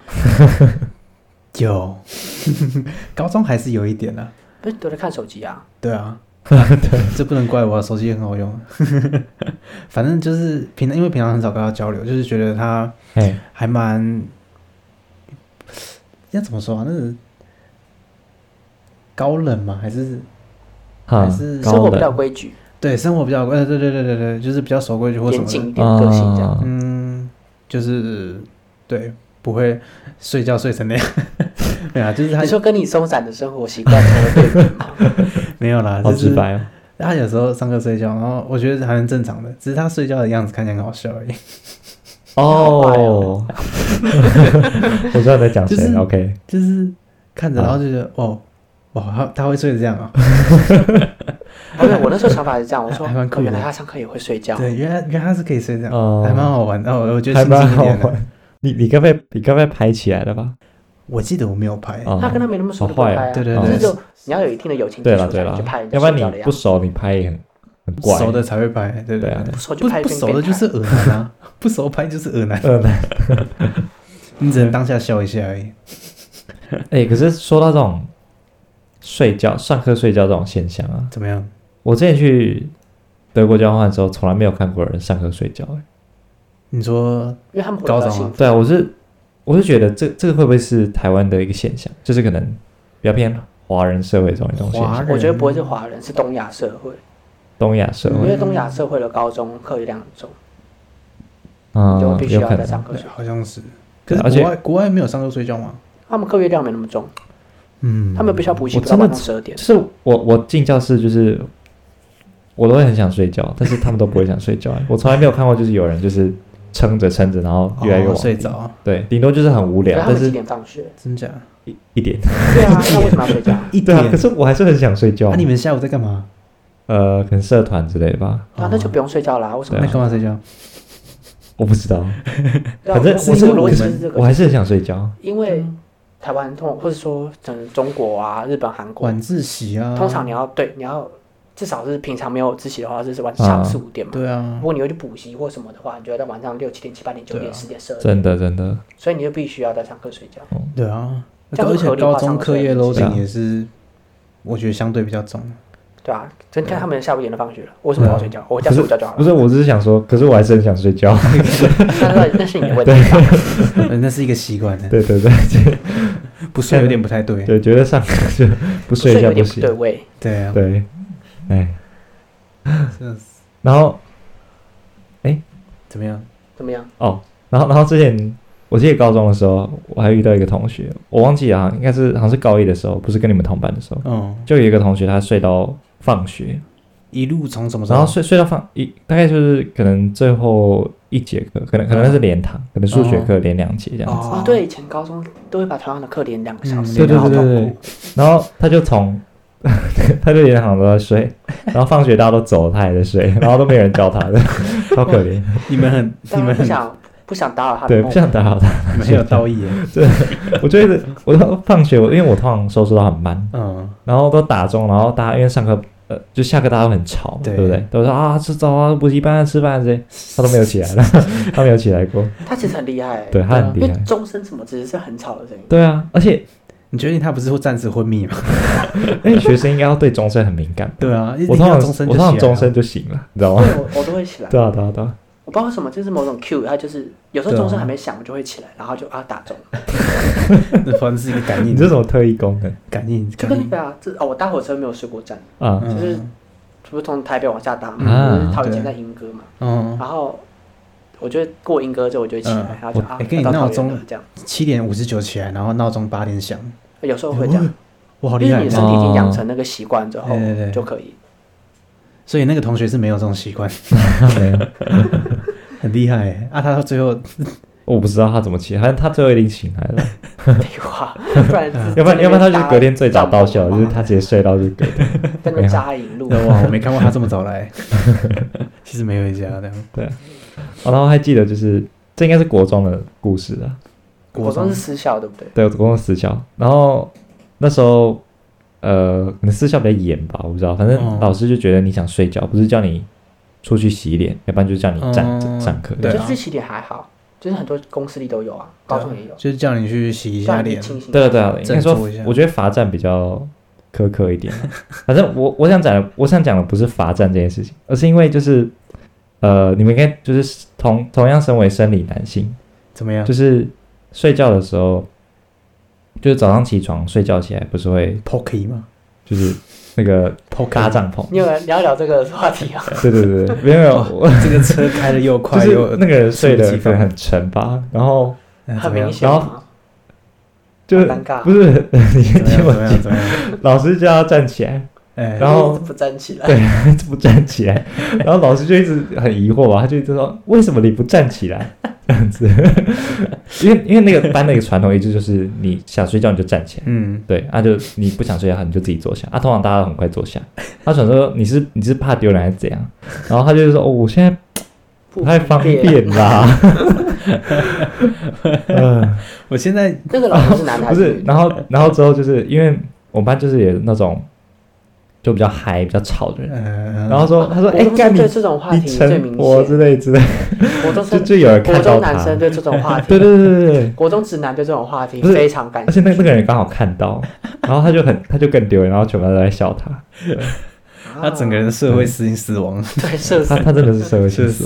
Speaker 2: 有， 高中还是有一点的、啊，
Speaker 3: 不是都在看手机啊？
Speaker 2: 对啊。 这不能怪我、啊，手机也很好用。 反正就是平常，因为平常很少跟她交流，就是觉得她
Speaker 1: 哎，
Speaker 2: 还蛮要怎么说啊？那个高冷吗？还是
Speaker 1: 哈
Speaker 2: 还是，
Speaker 3: 生
Speaker 1: 啊高
Speaker 3: 活比较
Speaker 1: 冷
Speaker 3: 规矩，
Speaker 2: 对，生活比较，呃，对对对对对，就是比较守规矩或什
Speaker 3: 严
Speaker 2: 么
Speaker 3: 谨
Speaker 2: 的
Speaker 3: 一，点，个性这样。
Speaker 1: 啊
Speaker 2: 嗯，就是对，不会睡觉睡成那样， 没有啊，就是他
Speaker 3: 你说跟你松散的生活习惯成为对比吗？
Speaker 2: 没有啦，
Speaker 1: 好
Speaker 2: 就是
Speaker 1: 直白哦，
Speaker 2: 他有时候上课睡觉，然后我觉得还蛮正常的，只是他睡觉的样子看起来很好笑而已，
Speaker 1: 哦， 我知道你在讲
Speaker 2: 就
Speaker 1: 谁
Speaker 2: 是
Speaker 1: ，OK，
Speaker 2: 就是看着
Speaker 1: 啊
Speaker 2: 然后就觉得、哦。哇，他他会睡得 这样啊、
Speaker 3: 啊，对，我那时候想法是这样，我说
Speaker 2: 还蛮酷
Speaker 3: 哦
Speaker 2: 的
Speaker 3: 原来他上课也会睡觉，
Speaker 2: 对，原来原来他是可以睡这样，
Speaker 1: 哦
Speaker 2: 还蛮好玩的。哦我觉得
Speaker 1: 还
Speaker 2: 新
Speaker 1: 蛮
Speaker 2: 奇一
Speaker 1: 好
Speaker 2: 点的。
Speaker 1: 玩。你你该不会你该不会拍起来了吧？
Speaker 2: 我记得我没有拍，
Speaker 1: 啊，
Speaker 3: 他跟他没那么熟
Speaker 1: 好
Speaker 3: 的不
Speaker 1: 坏
Speaker 3: 拍
Speaker 1: 哦
Speaker 3: 啊。
Speaker 2: 对对
Speaker 3: 就
Speaker 1: 哦
Speaker 3: 是
Speaker 2: 对，
Speaker 3: 就你要有一定的友情基
Speaker 1: 对
Speaker 3: 础
Speaker 1: 了
Speaker 3: 才
Speaker 1: 对
Speaker 3: 能
Speaker 1: 了
Speaker 3: 去啊拍人，家
Speaker 1: 要不然
Speaker 3: 睡觉的
Speaker 1: 你
Speaker 3: 样
Speaker 1: 不
Speaker 3: 子，
Speaker 1: 熟你拍也很很怪。
Speaker 2: 熟的才会拍，对
Speaker 1: 对
Speaker 2: 对
Speaker 1: 啊
Speaker 2: 对
Speaker 3: 不熟就
Speaker 2: 不
Speaker 3: 拍
Speaker 2: 不
Speaker 3: 变
Speaker 2: 熟的就
Speaker 3: 变态
Speaker 2: 是恶男啊， 不熟拍就是恶男，
Speaker 1: 呃，那
Speaker 2: 你只能当下笑一下而已。
Speaker 1: 哎，可是说到这种睡觉、上课睡觉这种现象啊，
Speaker 2: 怎么样？
Speaker 1: 我之前去德国交换的时候，从来没有看过有人上课睡觉。哎
Speaker 2: 你说
Speaker 3: 因为他们活得比较幸福。
Speaker 1: 对啊，我是我是觉得这这个会不会是台湾的一个现象，就是可能比较偏华人社会中一种现
Speaker 2: 华
Speaker 1: 象，
Speaker 2: 人？
Speaker 3: 我觉得不会是华人，是东亚社会，
Speaker 1: 东亚社
Speaker 3: 因
Speaker 1: 会，
Speaker 3: 为东亚社会的高中课业量很重，
Speaker 1: 嗯，
Speaker 3: 就必须
Speaker 1: 有
Speaker 3: 要
Speaker 1: 可
Speaker 3: 在
Speaker 1: 能
Speaker 3: 上课
Speaker 2: 对，
Speaker 3: 睡。
Speaker 2: 好像是。可
Speaker 1: 对
Speaker 2: 是
Speaker 1: 而且
Speaker 2: 国外国外没有上课睡觉吗？
Speaker 3: 他们课业量没那么重，
Speaker 2: 嗯，
Speaker 3: 他们必须要补习
Speaker 1: 我
Speaker 3: 补到
Speaker 1: 真的
Speaker 3: 晚上十二点
Speaker 1: 就。是我我进教室就是我都会很想睡觉，但是他们都不会想睡觉、 欸。我从来没有看过就是有人就是撑着撑着，然后越来越
Speaker 2: 哦
Speaker 1: 往、
Speaker 2: 睡。着，
Speaker 1: 对，顶多就是很无
Speaker 3: 对，啊
Speaker 1: 聊，
Speaker 3: 他
Speaker 1: 但
Speaker 3: 们几
Speaker 1: 是
Speaker 3: 点放学？
Speaker 2: 真假？
Speaker 1: 一一点。
Speaker 3: 对啊，那为什么要 睡觉？
Speaker 2: 一
Speaker 1: 对
Speaker 2: 点
Speaker 1: 啊，可是我还是很想睡觉。
Speaker 2: 那你们下午在干嘛？
Speaker 1: 呃，可能社团之类的吧，
Speaker 3: 啊，那就不用睡觉啦。为什么
Speaker 1: 对啊
Speaker 2: 那？干嘛睡觉？
Speaker 1: 我不知道。
Speaker 3: 对啊
Speaker 1: 反正
Speaker 3: 我
Speaker 1: 是因
Speaker 3: 我
Speaker 1: 为
Speaker 3: 我
Speaker 1: 我
Speaker 3: 逻辑
Speaker 2: 们
Speaker 3: 是这
Speaker 1: 我
Speaker 3: 个，
Speaker 1: 还是很想睡觉。
Speaker 3: 因为台湾通或者说整个中国啊、日本、韩国，
Speaker 2: 晚自习啊？
Speaker 3: 通常你要对你要至少是平常没有自习的话，就是晚上
Speaker 1: 嗯
Speaker 3: 四五点嘛。
Speaker 2: 对啊
Speaker 3: 如，果你又去补习或什么的话，你就要到晚上六七点、七八点、九
Speaker 2: 对啊
Speaker 3: 点、十点、十二点，
Speaker 1: 真的真的，
Speaker 3: 所以你就必须要在上课睡觉。
Speaker 2: 对啊，
Speaker 3: 这样
Speaker 2: 而
Speaker 3: 是合
Speaker 2: 且
Speaker 3: 理化
Speaker 2: 高中课业
Speaker 3: 上的
Speaker 2: loading
Speaker 1: 对啊
Speaker 2: 也是，我觉得相对比较重。
Speaker 3: 对啊，真看他们下午一点就放学了，为什么我要睡觉？我
Speaker 1: 可
Speaker 3: 家
Speaker 1: 是
Speaker 3: 睡午觉就好
Speaker 1: 不
Speaker 3: 了。
Speaker 1: 是，我只是想说，可是我还是很想睡 觉。
Speaker 3: 那是那是你的问题。
Speaker 2: 呃那是一个习惯的，
Speaker 1: 对对对
Speaker 2: 不睡有点不太对。
Speaker 1: 对，觉得上课就不
Speaker 3: 所
Speaker 1: 睡
Speaker 3: 以
Speaker 1: 一下
Speaker 3: 有
Speaker 1: 不
Speaker 3: 点不
Speaker 1: 行。
Speaker 3: 对味。
Speaker 2: 对啊，
Speaker 1: 对，哎，
Speaker 2: 这样子
Speaker 1: 然后
Speaker 2: 怎么样？
Speaker 3: 怎么样？
Speaker 1: 哦，然后然后之前我记得高中的时候，我还遇到一个同学，我忘记了啊，应该是好像是高一的时候，不是跟你们同班的时候，
Speaker 2: 嗯，
Speaker 1: 就有一个同学他睡到放学，
Speaker 2: 一路从什么时
Speaker 1: 然后
Speaker 2: 候？
Speaker 1: 睡睡到放一大概就是可能最后一节课，可能可能那是连堂，可能数学课连两节这样子。
Speaker 3: 嗯哦，对，以前高中都会把同样的课连两个小时，
Speaker 1: 对对
Speaker 3: 然后
Speaker 1: 对
Speaker 3: 到
Speaker 1: 对对，然后他就从 他就连堂都在睡，然后放学大家都走了，他还在睡，然后都没有人叫他的，超可怜。
Speaker 2: 你们很，你
Speaker 3: 当
Speaker 2: 们
Speaker 3: 然啊不
Speaker 2: 很
Speaker 3: 想不想打扰他的
Speaker 1: 对，
Speaker 3: 梦
Speaker 1: 不。想打扰他。
Speaker 2: 没有 道义耶。
Speaker 1: 我就一直我到放学，我因为我通常收拾到很慢，
Speaker 2: 嗯，
Speaker 1: 然后都打钟，然后大家因为上课呃就下课大家都很吵嘛，
Speaker 2: 对
Speaker 1: 对不对？都说啊吃早啊补习班啊吃饭啊这些，他都没有起 来了，他没有起来过，
Speaker 3: 他其实很厉害，
Speaker 2: 啊
Speaker 1: 对他很
Speaker 3: 因
Speaker 1: 厉
Speaker 3: 为
Speaker 1: 害。
Speaker 3: 钟声什么只是很吵的声音。
Speaker 1: 对啊，而且
Speaker 2: 你确定他不是会暂时 昏迷吗？
Speaker 1: 而且学生应该要对钟声很敏 感。
Speaker 2: 对啊，一
Speaker 1: 我
Speaker 2: 听
Speaker 1: 通
Speaker 2: 到
Speaker 1: 常
Speaker 2: 钟声
Speaker 1: 我
Speaker 2: 就
Speaker 1: 通常
Speaker 2: 起来
Speaker 1: 钟
Speaker 2: 了
Speaker 1: 声就醒了，你知道
Speaker 3: 哦对
Speaker 1: 吗？，
Speaker 3: 我我都会起来，
Speaker 1: 对啊对啊对啊，
Speaker 3: 我不知道为什么，就是某种 Q，他就是有时候
Speaker 1: 对啊
Speaker 3: 钟声还没响，我就会起来，然后就啊 打钟，
Speaker 2: 那 反正是一个感
Speaker 1: 你
Speaker 2: 应，
Speaker 1: 这种特异功能
Speaker 2: 感应
Speaker 3: 就
Speaker 2: 感
Speaker 3: 跟那
Speaker 2: 应，
Speaker 3: 个啊，这哦，我搭火车没有睡过站，
Speaker 1: 啊
Speaker 2: 嗯
Speaker 3: 就是不是从台北往下搭嘛，
Speaker 1: 啊
Speaker 3: 就是桃园
Speaker 2: 对
Speaker 3: 现在莺歌嘛，
Speaker 2: 嗯，
Speaker 3: 然后我就会过莺歌之后，我就会起来
Speaker 2: 嗯，
Speaker 3: 然后就啊
Speaker 2: 我哎跟你
Speaker 3: 要到
Speaker 2: 闹
Speaker 3: 桃园
Speaker 2: 钟
Speaker 3: 了这样，
Speaker 2: 七点五十九起来，然后闹钟八点响，
Speaker 3: 有时候
Speaker 1: 哎
Speaker 3: 会这样，
Speaker 2: 哇，好厉
Speaker 3: 因为
Speaker 2: 害
Speaker 3: 你
Speaker 2: 哦！
Speaker 3: 身体已经养成那个习惯之后
Speaker 2: 对对对
Speaker 3: 就可以。
Speaker 2: 所以那个同学是没有这种习惯，
Speaker 1: 没有，
Speaker 2: 很厉害耶啊！他到最后，
Speaker 1: 我不知道他怎么起来，反正他最后一定醒来了，
Speaker 3: 废话， 不然就是
Speaker 1: 要不然
Speaker 3: 在那边
Speaker 1: 要不然他就是
Speaker 3: 扎
Speaker 1: 隔天最早到校，
Speaker 3: 帐
Speaker 1: 就
Speaker 3: 篷
Speaker 1: 是他直接睡到就隔天。
Speaker 3: 在那边扎营路，
Speaker 2: 哇，我没看过他这么 早来，其实没有一家这样。
Speaker 1: 哦然后还记得就是这应该是国中的故事啊，
Speaker 3: 国中是私校对不对？
Speaker 1: 对，我国中私校，然后那时候呃可能私校比较严吧，我不知道，反
Speaker 2: 嗯
Speaker 1: 正老师就觉得你想睡觉，不是叫你出去洗脸，要不然就叫你站着
Speaker 2: 嗯
Speaker 1: 上课。
Speaker 2: 对啊
Speaker 3: 就自习点还好，就是很多公司里都有啊，
Speaker 2: 对
Speaker 3: 高
Speaker 2: 啊
Speaker 3: 中也有，
Speaker 2: 就是叫你去洗一
Speaker 3: 让
Speaker 2: 下
Speaker 3: 你
Speaker 2: 脸，
Speaker 3: 清醒。
Speaker 1: 对啊对啊，应
Speaker 2: 振
Speaker 1: 该说
Speaker 2: 作一下
Speaker 1: 我觉得罚站比较苛刻 一点。反正我我想讲的，我想讲的不是罚站这件事情，而是因为就是呃，你们应该就是同同样身为生理男性，
Speaker 2: 怎么样？
Speaker 1: 就是睡觉的时候，就是早上起床睡觉起来不是会
Speaker 2: Pocky 吗
Speaker 1: 就是那个
Speaker 2: ？Pocky
Speaker 1: 搭帐篷，
Speaker 3: 你有人你要聊这个话 题啊？
Speaker 1: 对对对，对没有没有，我
Speaker 2: 这个车开的 又
Speaker 1: 就
Speaker 2: 哦快
Speaker 1: 是
Speaker 2: 又
Speaker 1: 那个人睡
Speaker 2: 猝
Speaker 1: 的
Speaker 2: 不及
Speaker 1: 可能
Speaker 2: 防
Speaker 1: 很沉吧，然后
Speaker 2: 哎
Speaker 3: 很
Speaker 2: 怎么样
Speaker 3: 明显
Speaker 1: 然
Speaker 3: 啊，
Speaker 1: 就
Speaker 3: 好尴尬
Speaker 1: 不是 你
Speaker 2: 怎么
Speaker 1: 听
Speaker 2: 样
Speaker 1: 我
Speaker 2: 怎
Speaker 1: 讲
Speaker 2: 么样？怎么样？
Speaker 1: 老师叫他站起来，
Speaker 2: 哎，
Speaker 1: 然后
Speaker 3: 一直不站起来，
Speaker 1: 对，不站起来， 然后老师就一直很疑惑吧，他就一直说为什么你不站起来 这样子，因为因为那个班的一个传统一直就是你想睡觉你就站起来。
Speaker 2: 嗯，
Speaker 1: 对，那、就你不想睡觉，你就自己坐下。啊，通常大家都很快坐下。他想说你是你是怕丢人还是怎样？然后他就说哦，我现在
Speaker 3: 不
Speaker 1: 不太方便啦。 嗯，
Speaker 2: 我现在
Speaker 3: 那 个老师是男的还
Speaker 1: 不是
Speaker 3: 女，的？
Speaker 1: 然后然后之后就是因为我们班就是有那种就比较嗨、比较吵的人，
Speaker 3: 嗯
Speaker 2: 呃，
Speaker 1: 然后说他说哎，
Speaker 3: 国
Speaker 1: 干、
Speaker 3: 中
Speaker 1: 你
Speaker 3: 对这种话
Speaker 1: 你
Speaker 3: 题最
Speaker 1: 陈
Speaker 3: 明
Speaker 1: 博之
Speaker 3: 显，
Speaker 1: 类 之类，
Speaker 3: 国中
Speaker 1: 就
Speaker 3: 生
Speaker 1: 就有人
Speaker 3: 国
Speaker 1: 看到
Speaker 3: 中
Speaker 1: 他
Speaker 3: 男。生对这种话
Speaker 1: 对
Speaker 3: 题，
Speaker 1: 对对对对，
Speaker 3: 国中直男对这种话题
Speaker 1: 不是
Speaker 3: 非常感
Speaker 1: 而且那那个人刚好看到，然后他就很他就更丢人，然后全班都在笑他。
Speaker 2: 他整个人社会死因死亡，
Speaker 3: 对社死
Speaker 1: 他。他真的是社会性
Speaker 2: 确
Speaker 1: 死
Speaker 2: 实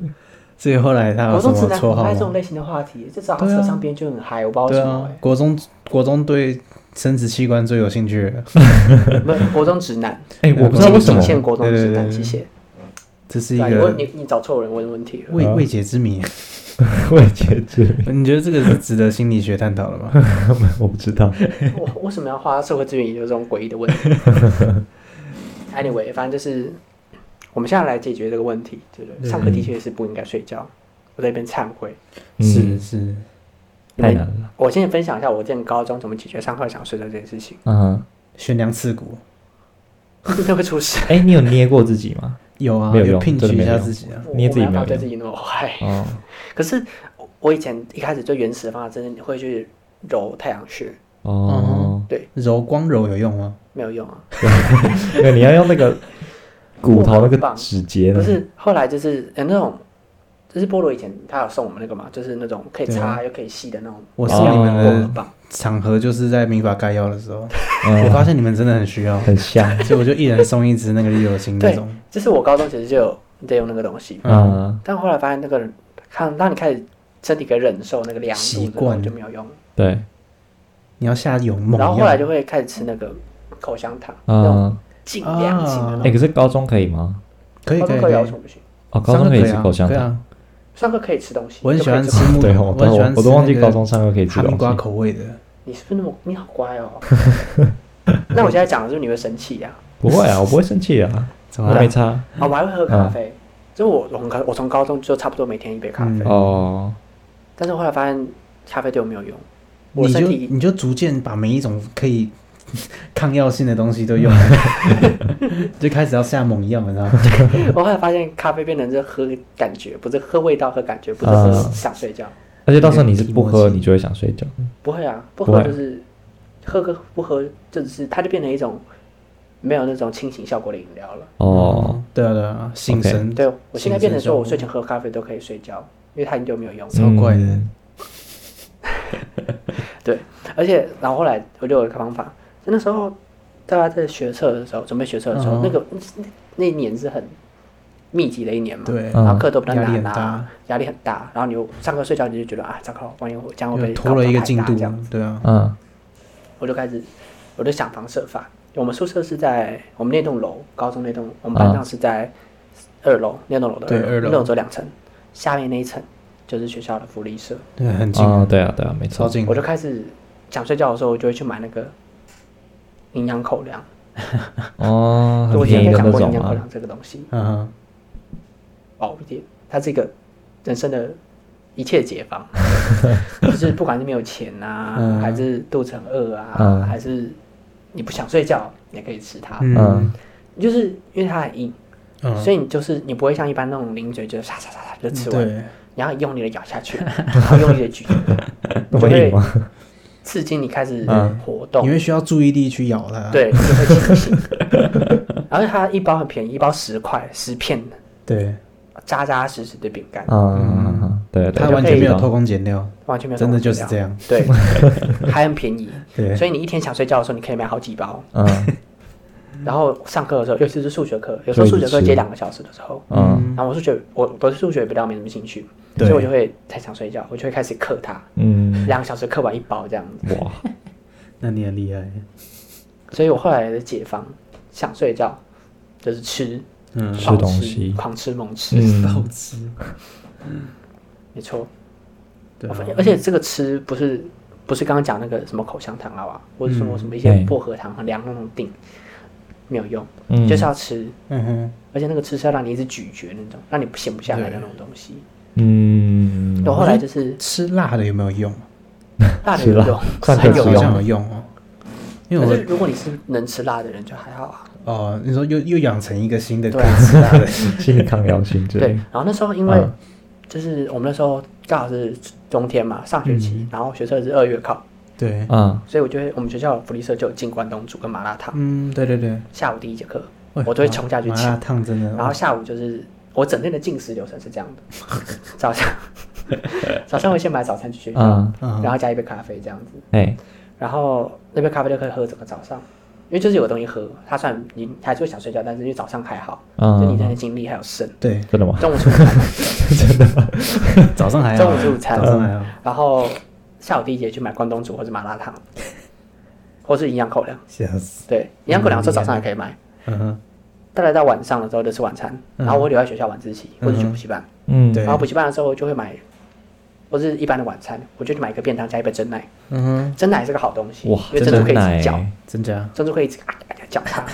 Speaker 1: 亡。。
Speaker 2: 所以后来他有
Speaker 3: 国
Speaker 2: 什
Speaker 3: 中啊直
Speaker 2: 么
Speaker 3: 男
Speaker 2: 绰
Speaker 3: 很
Speaker 2: 号
Speaker 3: 爱这
Speaker 2: 吗
Speaker 3: 种？类型的话题，至少他
Speaker 2: 对啊
Speaker 3: 扯上边就很嗨，我不知道为
Speaker 2: 对
Speaker 3: 什么
Speaker 2: 啊，国中国中对生殖器官最有兴趣 了，
Speaker 3: 欸，不是国中直男，
Speaker 1: 哎、啊我不知道为什么
Speaker 3: 仅，限国中直
Speaker 2: 对对
Speaker 3: 男，
Speaker 2: 对
Speaker 3: 谢谢。
Speaker 2: 这是一
Speaker 3: 对啊，你问
Speaker 2: 个
Speaker 3: 你你找错人问问题了。
Speaker 2: 未
Speaker 1: 啊
Speaker 2: 未解之谜。
Speaker 1: 我也觉得这里
Speaker 2: 你觉得这个是值得心理学探讨的吗？
Speaker 1: 我不知道。
Speaker 3: 我为什么要花社会资源研究这种诡异的问题？Anyway，反正就是我们现在来解决这个问题，对不对？上课的确是不应该睡觉，我在这边忏悔。
Speaker 2: 是
Speaker 1: 嗯，
Speaker 2: 是，
Speaker 1: 太难了。
Speaker 3: 我先分享一下我之前高中怎么解决上课想睡觉这件事情，
Speaker 1: 嗯，
Speaker 2: 悬梁刺股
Speaker 3: 那会出事。
Speaker 1: 哎、你有捏过自己吗？
Speaker 2: 有啊，
Speaker 1: 没有
Speaker 2: 有
Speaker 1: 用
Speaker 2: 聘
Speaker 1: 真
Speaker 2: 举
Speaker 1: 的没有
Speaker 2: 一下
Speaker 1: 用
Speaker 2: 自己啊。
Speaker 3: 我
Speaker 1: 你也自己
Speaker 3: 我没
Speaker 1: 没
Speaker 3: 有
Speaker 1: 有
Speaker 3: 对自己那么坏。
Speaker 1: 哦，
Speaker 3: 可是我我以前一开始最原始的方法，真的会去揉太阳穴，
Speaker 1: 哦，
Speaker 3: 对，
Speaker 2: 揉光揉有用吗？
Speaker 3: 没有用啊。
Speaker 1: 因为你要用那个骨头那
Speaker 3: 木板
Speaker 1: 个
Speaker 3: 棒
Speaker 1: 指节
Speaker 3: 不
Speaker 1: 呢，
Speaker 3: 是，后来就是呃那种，就是菠萝以前他有送我们那个嘛，就是那种可以
Speaker 2: 对啊
Speaker 3: 擦又可以吸的那种
Speaker 2: 我
Speaker 1: 哦
Speaker 2: 送你们
Speaker 3: 薄荷
Speaker 2: 的
Speaker 3: 棒。
Speaker 2: 场合就是在民法概要的时候，我发
Speaker 1: 嗯，
Speaker 2: 现你们真的很需要，
Speaker 1: 很像，
Speaker 2: 所以我就一人送一支那个绿油精那
Speaker 3: 对
Speaker 2: 种。，
Speaker 3: 就是我高中其实就有在用那个东西，
Speaker 1: 嗯，
Speaker 3: 但后来发现那个看，当你开始身体可以忍受那个凉
Speaker 2: 习
Speaker 3: 度之后
Speaker 2: 惯
Speaker 3: 就没有用了，
Speaker 1: 对，
Speaker 2: 你要下有猛啊
Speaker 3: 然后
Speaker 2: 药，
Speaker 3: 后来就会开始吃那个口香糖，那种
Speaker 1: 嗯，
Speaker 3: 净凉型的那
Speaker 1: 哎、
Speaker 3: 种。
Speaker 1: 可是高中可以吗？
Speaker 2: 可以
Speaker 3: 高
Speaker 2: 哎可
Speaker 3: 中
Speaker 2: 以
Speaker 3: 课
Speaker 2: 可以，
Speaker 3: 要求不行，
Speaker 1: 哦，高
Speaker 2: 上
Speaker 1: 中可
Speaker 2: 课
Speaker 1: 以
Speaker 2: 可
Speaker 1: 吃
Speaker 2: 啊
Speaker 1: 口香
Speaker 2: 对
Speaker 1: 糖，
Speaker 2: 啊，
Speaker 3: 上课可以吃东西，
Speaker 2: 我很
Speaker 3: 就
Speaker 2: 喜
Speaker 3: 可以
Speaker 2: 欢
Speaker 3: 吃
Speaker 2: 吃
Speaker 3: 东西
Speaker 2: 木，
Speaker 1: 对哦
Speaker 2: 我很喜欢吃
Speaker 1: 我都忘记
Speaker 2: 那个啊
Speaker 1: 高中上课可以吃
Speaker 2: 哈密
Speaker 1: 东
Speaker 2: 瓜
Speaker 1: 西
Speaker 2: 口味的，
Speaker 3: 你是不是那么你好乖哦？ 那我现在讲的是不是你会生气呀、
Speaker 1: 不会啊，我不会生气啊，
Speaker 2: 怎么
Speaker 1: 我
Speaker 2: 了
Speaker 1: 没？差
Speaker 2: 嗯
Speaker 3: 啊？我还会喝咖啡，就我我从高我从高中就差不多每天一杯咖啡，
Speaker 2: 嗯
Speaker 1: 哦，
Speaker 3: 但是后来发现咖啡对我没有用，我
Speaker 2: 你
Speaker 3: 身
Speaker 2: 就
Speaker 3: 体
Speaker 2: 你就逐渐把每一种可以抗药性的东西都用 了， 就开始要下猛药，你知道吗？
Speaker 3: 我后来发现咖啡变成是喝感觉，不是喝味道喝感觉，不是喝
Speaker 1: 嗯
Speaker 3: 想睡觉。
Speaker 1: 而且到时候你是不
Speaker 2: 有
Speaker 1: 喝，
Speaker 2: 点提莫剂
Speaker 1: 你就会想睡觉，
Speaker 3: 不会啊，不
Speaker 1: 不
Speaker 3: 喝
Speaker 1: 会
Speaker 3: 就是喝个不喝，就只是它就变成一种没有那种清醒效果的饮料了。
Speaker 1: 哦，
Speaker 2: 对啊对啊，醒
Speaker 1: OK
Speaker 2: 神
Speaker 3: 对我现在变成说我睡
Speaker 2: 醒
Speaker 3: 前喝咖啡都可以睡觉，因为它已经对我没有用了。
Speaker 2: 超怪的
Speaker 1: 嗯
Speaker 3: 而且然后后来我就有一个方法，就那时候大家在学测的时候，准备学测的时候，
Speaker 2: 嗯
Speaker 3: 那个那那一年是很密集的一年嘛，
Speaker 2: 神，对，
Speaker 1: 嗯
Speaker 3: 然后课都比较
Speaker 2: 压力很
Speaker 3: 难啊
Speaker 2: 大，
Speaker 3: 压力很大，然后你又上课睡觉，你就觉得啊，糟糕，万一我这样会
Speaker 2: 又
Speaker 3: 被
Speaker 2: 拖了一个进
Speaker 3: 搞
Speaker 2: 度
Speaker 3: 到太大这样，
Speaker 2: 对啊，
Speaker 1: 嗯
Speaker 3: 我就开始我就想方设法。我们宿舍是在我们那栋楼，高中那栋，我们班上是在二楼，那栋楼的
Speaker 2: 对
Speaker 3: 二
Speaker 2: 二
Speaker 3: 楼，
Speaker 2: 楼
Speaker 3: 那栋只有两层，下面那一层就是学校的福利社。
Speaker 2: 对，很近，
Speaker 1: 啊，对啊，对啊，没
Speaker 2: 嗯超
Speaker 1: 错，
Speaker 2: 近
Speaker 3: 哦我，就开始想睡觉的时候，我就会去买那个营养口粮。
Speaker 1: 哦，
Speaker 2: 啊
Speaker 3: 我
Speaker 1: 很
Speaker 3: 以前
Speaker 1: 便宜的那
Speaker 3: 没讲过营
Speaker 1: 种啊
Speaker 3: 养口
Speaker 1: 嘛
Speaker 3: 粮，这个东西，
Speaker 2: 嗯哼，
Speaker 3: 哦，一点，它是一个人生的一切解 放，就是不管是没有钱啊，
Speaker 2: 嗯
Speaker 3: 还是肚子很饿啊，
Speaker 1: 嗯
Speaker 3: 还是你不想睡觉，你也可以吃它。
Speaker 2: 嗯
Speaker 3: 就是因为它很硬，
Speaker 2: 嗯，
Speaker 3: 所以你就是你不会像一般那种零嘴，就是沙沙沙沙就吃完，
Speaker 2: 嗯对，
Speaker 3: 你要用力的咬 下去，然后用力的咀嚼，
Speaker 1: 那么硬吗？
Speaker 3: 刺激你开始
Speaker 1: 嗯
Speaker 3: 活动。
Speaker 2: 你会需要注意力去咬
Speaker 1: 啊
Speaker 2: 它，
Speaker 3: 对，就会清醒。 而且它一包很便宜，一包十块，十片的，
Speaker 2: 对，
Speaker 3: 扎扎实实的饼干，
Speaker 1: 嗯，对对，
Speaker 2: 它
Speaker 1: 对
Speaker 2: 完全没有
Speaker 1: 我知道
Speaker 2: 偷工减料，
Speaker 3: 完全没有什
Speaker 2: 真
Speaker 3: 么
Speaker 2: 的
Speaker 3: 味
Speaker 2: 就是
Speaker 3: 道
Speaker 2: 这。样，
Speaker 3: 对， 还很便宜，
Speaker 2: 对
Speaker 3: 所以你一天想睡觉的时候，你可以买好几包。
Speaker 1: 嗯
Speaker 3: 然后上课的时候，尤其是数学课，有时候
Speaker 1: 就
Speaker 3: 数
Speaker 1: 一直
Speaker 3: 学课
Speaker 1: 吃
Speaker 3: 接两个小时的时候，
Speaker 1: 嗯
Speaker 3: 然后我数学我我对数学比较没什么兴趣，所
Speaker 2: 对
Speaker 3: 以我就会太想睡觉，我就会开始克它，
Speaker 1: 嗯，
Speaker 3: 两个小时克完一包这样子。
Speaker 1: 哇，
Speaker 2: 那你很厉害，
Speaker 3: 所以我后来的解放想睡觉就是吃，
Speaker 2: 嗯，
Speaker 1: 吃
Speaker 3: 暴
Speaker 1: 东西
Speaker 3: 狂吃猛吃，
Speaker 1: 嗯，
Speaker 2: 吃，
Speaker 3: 没错。
Speaker 2: 对
Speaker 3: 我
Speaker 2: 啊
Speaker 3: 发现，而且这个吃不是不是刚刚讲那个什么口香糖啊，或者什么
Speaker 2: 嗯
Speaker 3: 什么一些
Speaker 1: 对
Speaker 3: 薄荷糖很凉那种定，没有用，
Speaker 1: 嗯
Speaker 3: 就是要吃，
Speaker 2: 嗯哼。
Speaker 3: 而且那个吃是要让你一直咀嚼那种，让你闲不下来的那种东西。
Speaker 1: 嗯，
Speaker 3: 然后后来就是
Speaker 2: 吃辣的有没有用？
Speaker 3: 辣的
Speaker 1: 吃
Speaker 3: 有
Speaker 1: 辣
Speaker 3: 用，
Speaker 1: 算
Speaker 3: 很
Speaker 1: 可
Speaker 3: 有
Speaker 1: 吃
Speaker 2: 好像
Speaker 1: 吗
Speaker 3: 用。
Speaker 2: 有用哦。因为
Speaker 3: 可是
Speaker 2: 我
Speaker 3: 如果你是能吃辣的人，就还好啊。
Speaker 2: 哦，你说又又养成一个新的
Speaker 3: 对
Speaker 2: 可
Speaker 3: 啊
Speaker 2: 以吃辣的，
Speaker 1: 心理抗药性
Speaker 3: 对
Speaker 1: 对，，
Speaker 3: 然后那时候因为
Speaker 1: 嗯
Speaker 3: 就是我们那时候刚好是冬天嘛，上学期
Speaker 2: 嗯，
Speaker 3: 然后学测是二月考，
Speaker 2: 对，
Speaker 1: 啊，
Speaker 3: 所以我觉得我们学校福利社就有进关东煮跟麻辣烫，
Speaker 2: 嗯，对对对，
Speaker 3: 下午第一节课，
Speaker 2: 喂
Speaker 3: 我都会冲下去
Speaker 2: 麻
Speaker 3: 吃
Speaker 2: 辣烫真的，哦
Speaker 3: 然后下午就是我整天的进食流程是这样的： 早上早上会先买早餐去学校，
Speaker 1: 嗯，
Speaker 2: 嗯
Speaker 3: 然后加一杯咖啡这样子，
Speaker 1: 哎，
Speaker 3: 然后那杯咖啡就可以喝整个早上，因为就是有东西喝，它虽然你还是会想睡觉，但是因为早上还好，
Speaker 1: 嗯
Speaker 3: 就你现在精力还有剩。
Speaker 2: 对，
Speaker 1: 真的吗？
Speaker 3: 中午吃午餐，
Speaker 2: 早上
Speaker 1: 哎
Speaker 2: 还好，
Speaker 3: 中午吃午餐
Speaker 2: 早上还好，
Speaker 3: 然后下午第一节去买关东煮或者麻辣烫，或是营养口粮。
Speaker 2: 吓死，
Speaker 3: 对，营养口粮是早上也可以买，
Speaker 2: 嗯哼，
Speaker 3: 大概到晚上的时候就吃晚餐，然后我会留在学校晚自习或者去补习班。
Speaker 1: 嗯，
Speaker 2: 对
Speaker 3: 然后补习班的时候就会买，或是一般的晚餐，我就去买一个便当加一杯真奶。
Speaker 2: 嗯哼，
Speaker 3: 真奶是个好东西，
Speaker 1: 哇，
Speaker 3: 因为
Speaker 1: 真
Speaker 3: 珍
Speaker 1: 的
Speaker 3: 珠可以一
Speaker 1: 奶欸
Speaker 3: 直搅，
Speaker 2: 真假？
Speaker 3: 珍珠可以一直嘎嘎嘎搅它，